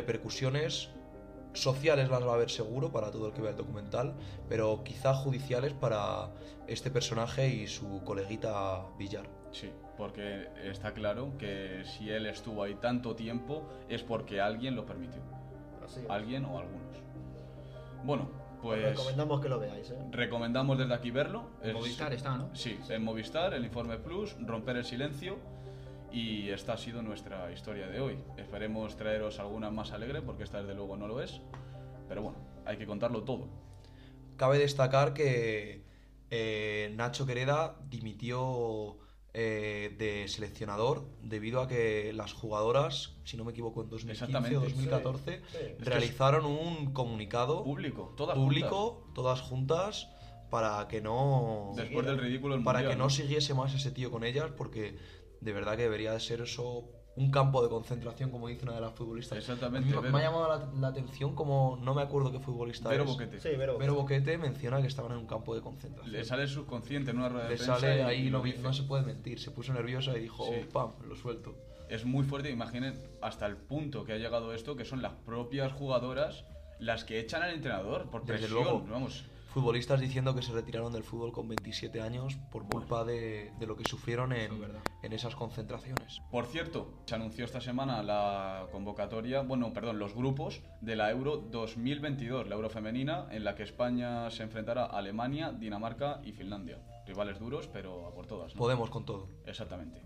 Speaker 3: repercusiones sociales las va a haber seguro para todo el que vea el documental, pero quizá judiciales para este personaje y su coleguita Villar.
Speaker 1: Sí, porque está claro que si él estuvo ahí tanto tiempo es porque alguien lo permitió.
Speaker 2: Así es.
Speaker 1: alguien o algunos. Bueno,
Speaker 2: Os
Speaker 1: pues
Speaker 2: Recomendamos que lo veáis, ¿eh?
Speaker 1: recomendamos desde aquí verlo.
Speaker 4: En
Speaker 1: Es-
Speaker 4: Movistar está, ¿no?
Speaker 1: Sí, en Movistar, el Informe Plus, Romper el Silencio. Y esta ha sido nuestra historia de hoy. Esperemos traeros alguna más alegre, porque esta desde luego no lo es. Pero bueno, hay que contarlo todo.
Speaker 3: Cabe destacar que eh, Nacho Quereda dimitió eh, de seleccionador debido a que las jugadoras, si no me equivoco, en 2015 o
Speaker 1: Exactamente.
Speaker 3: 2014
Speaker 2: Sí, sí.
Speaker 3: realizaron un comunicado
Speaker 1: Público, todas
Speaker 3: público,
Speaker 1: juntas.
Speaker 3: todas juntas, para que no
Speaker 1: Después del ridículo del
Speaker 3: para
Speaker 1: Mundial,
Speaker 3: que no siguiese más ese tío con ellas, porque de verdad que debería de ser eso un campo de concentración, como dice una de las futbolistas.
Speaker 1: Exactamente,
Speaker 3: A mí Me,
Speaker 1: Vero.
Speaker 3: me ha llamado la, la atención como no me acuerdo qué futbolista
Speaker 1: Vero
Speaker 3: es.
Speaker 1: Boquete.
Speaker 2: Sí, pero.
Speaker 3: Pero Boquete menciona que estaban en un campo de concentración.
Speaker 1: Le sale el subconsciente en una rueda de
Speaker 3: Le
Speaker 1: prensa
Speaker 3: sale
Speaker 1: y-
Speaker 3: ahí,
Speaker 1: y
Speaker 3: lo vi-
Speaker 1: dice.
Speaker 3: no se puede mentir, se puso nerviosa y dijo,
Speaker 1: Sí.
Speaker 3: "Oh, pam, lo suelto.
Speaker 1: es muy fuerte. Imaginen hasta el punto que ha llegado esto, que son las propias jugadoras las que echan al entrenador por
Speaker 3: Desde
Speaker 1: presión.
Speaker 3: luego.
Speaker 1: Vamos,
Speaker 3: futbolistas diciendo que se retiraron del fútbol con 27 años por culpa de, de lo que sufrieron
Speaker 4: Eso es
Speaker 3: en,
Speaker 4: verdad.
Speaker 3: en esas concentraciones.
Speaker 1: Por cierto, se anunció esta semana la convocatoria, bueno, perdón, los grupos de la Euro 2022, la Euro femenina, en la que España se enfrentará a Alemania, Dinamarca y Finlandia. Rivales duros, pero a por todas. ¿no?
Speaker 3: Podemos con todo.
Speaker 1: Exactamente.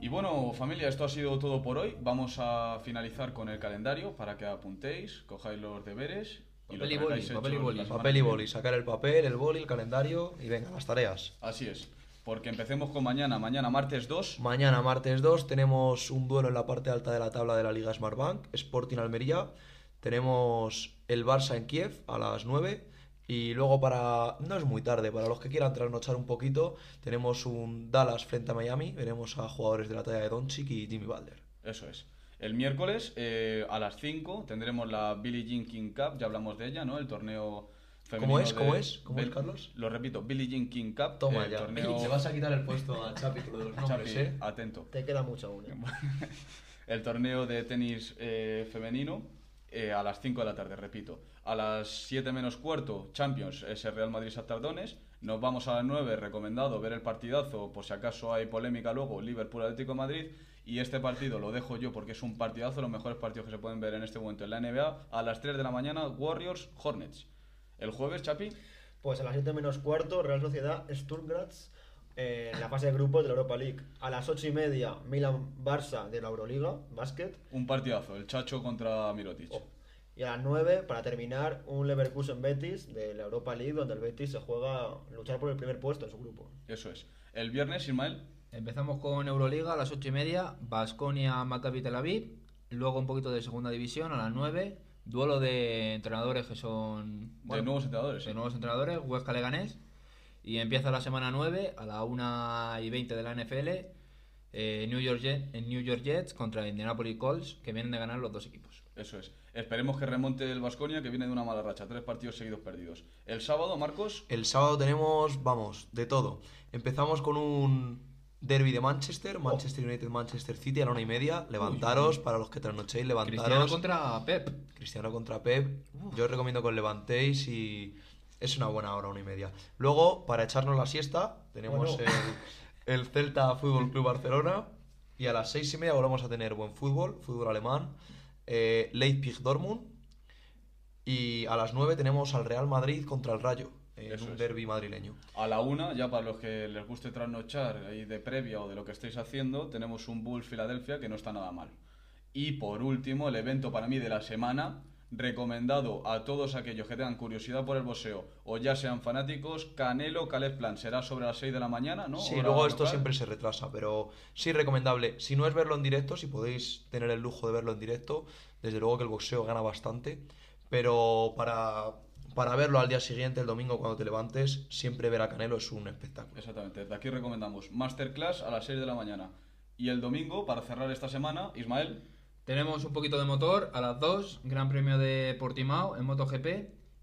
Speaker 1: Y bueno, familia, esto ha sido todo por hoy. Vamos a finalizar con el calendario para que apuntéis, cojáis los deberes
Speaker 4: Papel y
Speaker 1: tengáis
Speaker 4: boli,
Speaker 1: hecho
Speaker 4: papel y
Speaker 1: la
Speaker 4: boli.
Speaker 1: semana
Speaker 3: Papel y
Speaker 1: que viene.
Speaker 3: boli, sacar el papel, el boli, el calendario y venga, las tareas.
Speaker 1: Así es. Porque empecemos con mañana. Mañana, martes 2.
Speaker 3: Mañana, martes 2, tenemos un duelo en la parte alta de la tabla de la Liga Smartbank, Sporting Almería. Tenemos el Barça en Kiev a las 9. Y luego para... No es muy tarde, para los que quieran trasnochar un poquito, tenemos un Dallas frente a Miami. Veremos a jugadores de la talla de Doncic y Jimmy Butler.
Speaker 1: Eso es. El miércoles eh, a las 5 tendremos la Billie Jean King Cup. Ya hablamos de ella, ¿no? El torneo femenino.
Speaker 3: es?
Speaker 1: de-
Speaker 3: ¿Cómo es? ¿Cómo
Speaker 1: Bel-
Speaker 3: es, Carlos?
Speaker 1: Lo repito, Billie Jean King Cup.
Speaker 3: Toma
Speaker 1: el
Speaker 3: ya.
Speaker 1: torneo-
Speaker 3: Le vas a quitar el puesto a Chapi por lo de los nombres,
Speaker 1: Chapi,
Speaker 3: ¿eh?
Speaker 1: atento.
Speaker 2: Te queda mucho aún. ¿eh?
Speaker 1: el torneo de tenis eh, femenino eh, a las 5 de la tarde, repito. A las 7 menos cuarto, Champions, ese Real Madrid Sartardones. Nos vamos a las 9, recomendado ver el partidazo, por si acaso hay polémica luego, Liverpool Atlético de Madrid. Y este partido lo dejo yo porque es un partidazo, los mejores partidos que se pueden ver en este momento en la NBA. A las 3 de la mañana, Warriors Hornets. El jueves, Chapi,
Speaker 2: Pues a las 7 menos cuarto, Real Sociedad, Sturmgratz, eh, en la fase de grupos de la Europa League. A las 8 y media, Milan-Barça de la Euroliga, básquet.
Speaker 1: un partidazo, el Chacho contra Mirotic.
Speaker 2: Oh. Y a las 9, para terminar, un Leverkusen-Betis de la Europa League, donde el Betis se juega a luchar por el primer puesto en su grupo.
Speaker 1: Eso es. El viernes, Ismael,
Speaker 4: Empezamos con Euroliga a las 8 y media, Basconia Maccabi Tel Aviv, luego un poquito de segunda división a las 9, duelo de entrenadores que
Speaker 1: de
Speaker 4: son bueno,
Speaker 1: nuevos entrenadores.
Speaker 4: de
Speaker 1: ¿eh?
Speaker 4: nuevos entrenadores, Huesca Leganés, y empieza la semana 9 a la 1 y 20 de la NFL, eh, New, York Jet- en New York Jets contra Indianapolis Colts, que vienen de ganar los dos equipos.
Speaker 1: Eso es. Esperemos que remonte el Vasconia, que viene de una mala racha. Tres partidos seguidos perdidos. El sábado, Marcos,
Speaker 3: El sábado tenemos, vamos, de todo. Empezamos con un derby de Manchester,
Speaker 4: Oh.
Speaker 3: Manchester United, Manchester City a la una y media. Levantaros, para los que trasnochéis, levantaros.
Speaker 4: Cristiano contra Pep.
Speaker 3: Cristiano contra Pep. Yo os recomiendo que os levantéis y es una buena hora, una y media. Luego, para echarnos la siesta, tenemos
Speaker 2: Bueno.
Speaker 3: el, el Celta Fútbol Club Barcelona. Y a las seis y media volvemos a tener buen fútbol, fútbol alemán, eh, Leipzig Dortmund. Y a las nueve tenemos al Real Madrid contra el Rayo, en
Speaker 1: Eso
Speaker 3: un
Speaker 1: es.
Speaker 3: derby madrileño.
Speaker 1: a la una, ya para los que les guste trasnochar ahí de previa o de lo que estéis haciendo, tenemos un Bulls Filadelfia que no está nada mal. Y por último, el evento para mí de la semana, recomendado a todos aquellos que tengan curiosidad por el boxeo o ya sean fanáticos, Canelo Caleb Plan. Será sobre las 6 de la mañana, ¿no?
Speaker 3: Sí,
Speaker 1: Hora
Speaker 3: luego esto
Speaker 1: local.
Speaker 3: siempre se retrasa, pero sí recomendable. Si no es verlo en directo, si podéis tener el lujo de verlo en directo, desde luego que el boxeo gana bastante, pero para, para verlo al día siguiente, el domingo cuando te levantes, siempre ver a Canelo es un espectáculo.
Speaker 1: Exactamente, desde aquí recomendamos Masterclass a las 6 de la mañana. Y el domingo, para cerrar esta semana, Ismael,
Speaker 4: Tenemos un poquito de motor a las 2, Gran Premio de Portimao en MotoGP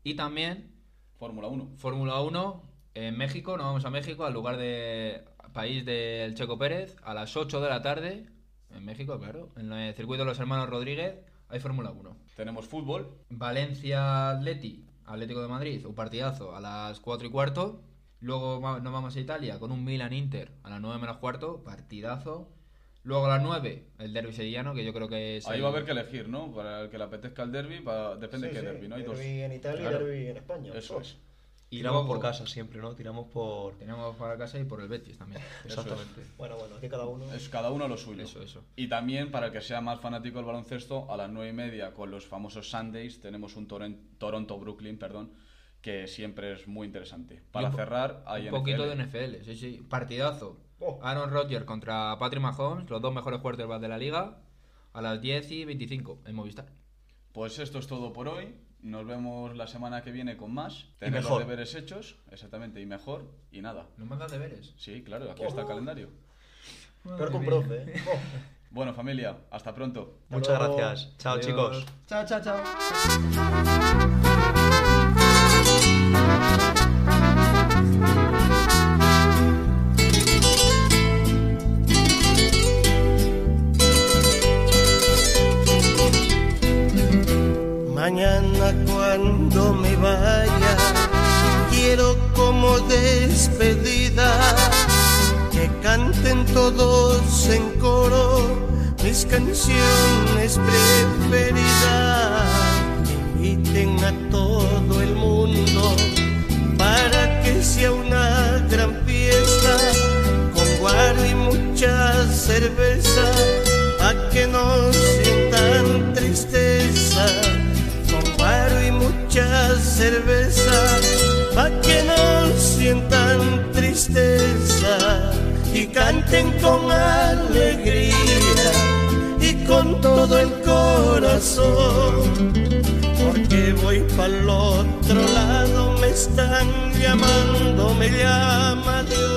Speaker 4: y también
Speaker 1: Fórmula 1.
Speaker 4: Fórmula 1 en México, nos vamos a México, al lugar de país del Checo Pérez, a las 8 de la tarde, en México, claro, en el circuito de los hermanos Rodríguez, hay Fórmula 1.
Speaker 1: Tenemos fútbol,
Speaker 4: Valencia Atleti, Atlético de Madrid, un partidazo a las 4 y cuarto. Luego va- nos vamos a Italia con un Milan Inter a las 9 menos cuarto, partidazo. Luego a las 9, el derby sevillano, que yo creo que es.
Speaker 1: Ahí
Speaker 4: el-
Speaker 1: va a haber que elegir, ¿no? Para el que le apetezca el derby, para- depende
Speaker 2: Sí,
Speaker 1: de qué
Speaker 2: sí,
Speaker 1: derby, ¿no? Hay dos.
Speaker 2: derbi en Italia
Speaker 1: Claro.
Speaker 2: y derby en España.
Speaker 1: Eso
Speaker 2: Oh.
Speaker 1: es.
Speaker 4: Y
Speaker 3: Tiramos
Speaker 4: luego
Speaker 3: por casa siempre, ¿no? Tiramos por...
Speaker 4: Tenemos para casa y por el Betis también.
Speaker 3: Exactamente.
Speaker 2: Bueno, bueno, aquí cada uno.
Speaker 1: Es cada uno lo suyo.
Speaker 4: Eso, eso.
Speaker 1: Y también, para el que sea más fanático del baloncesto, a las nueve y media con los famosos Sundays tenemos un Toren- Toronto-Brooklyn, perdón, que siempre es muy interesante. Para
Speaker 4: Y un po-
Speaker 1: cerrar, hay
Speaker 4: Un poquito
Speaker 1: NFL.
Speaker 4: de NFL, sí, sí. Partidazo.
Speaker 2: Oh.
Speaker 4: Aaron Rodgers contra Patrick Mahomes, los dos mejores quarterbacks de la liga, a las 10 y 25 en Movistar.
Speaker 1: Pues esto es todo por hoy. Nos vemos la semana que viene con más.
Speaker 3: Y
Speaker 1: Tener los
Speaker 3: mejor.
Speaker 1: deberes hechos, exactamente, y mejor, y nada.
Speaker 4: Nos mandan deberes.
Speaker 1: Sí, claro, aquí está el calendario.
Speaker 2: Peor que un profe. ¿eh? Oh.
Speaker 1: Bueno, familia, hasta pronto.
Speaker 3: Muchas
Speaker 2: luego.
Speaker 3: gracias. Chao, chicos.
Speaker 4: Chao, chao, chao.
Speaker 5: Mañana cuando me vaya como despedida. Que canten todos en coro mis canciones preferidas. Que inviten a todo el mundo para que sea una gran fiesta. Con guaro y mucha cerveza, a que no sientan tristeza con guaro y mucha cerveza, pa' que no sientan tristeza y canten con alegría y con todo el corazón, porque voy para el otro lado, me están llamando, me llama Dios.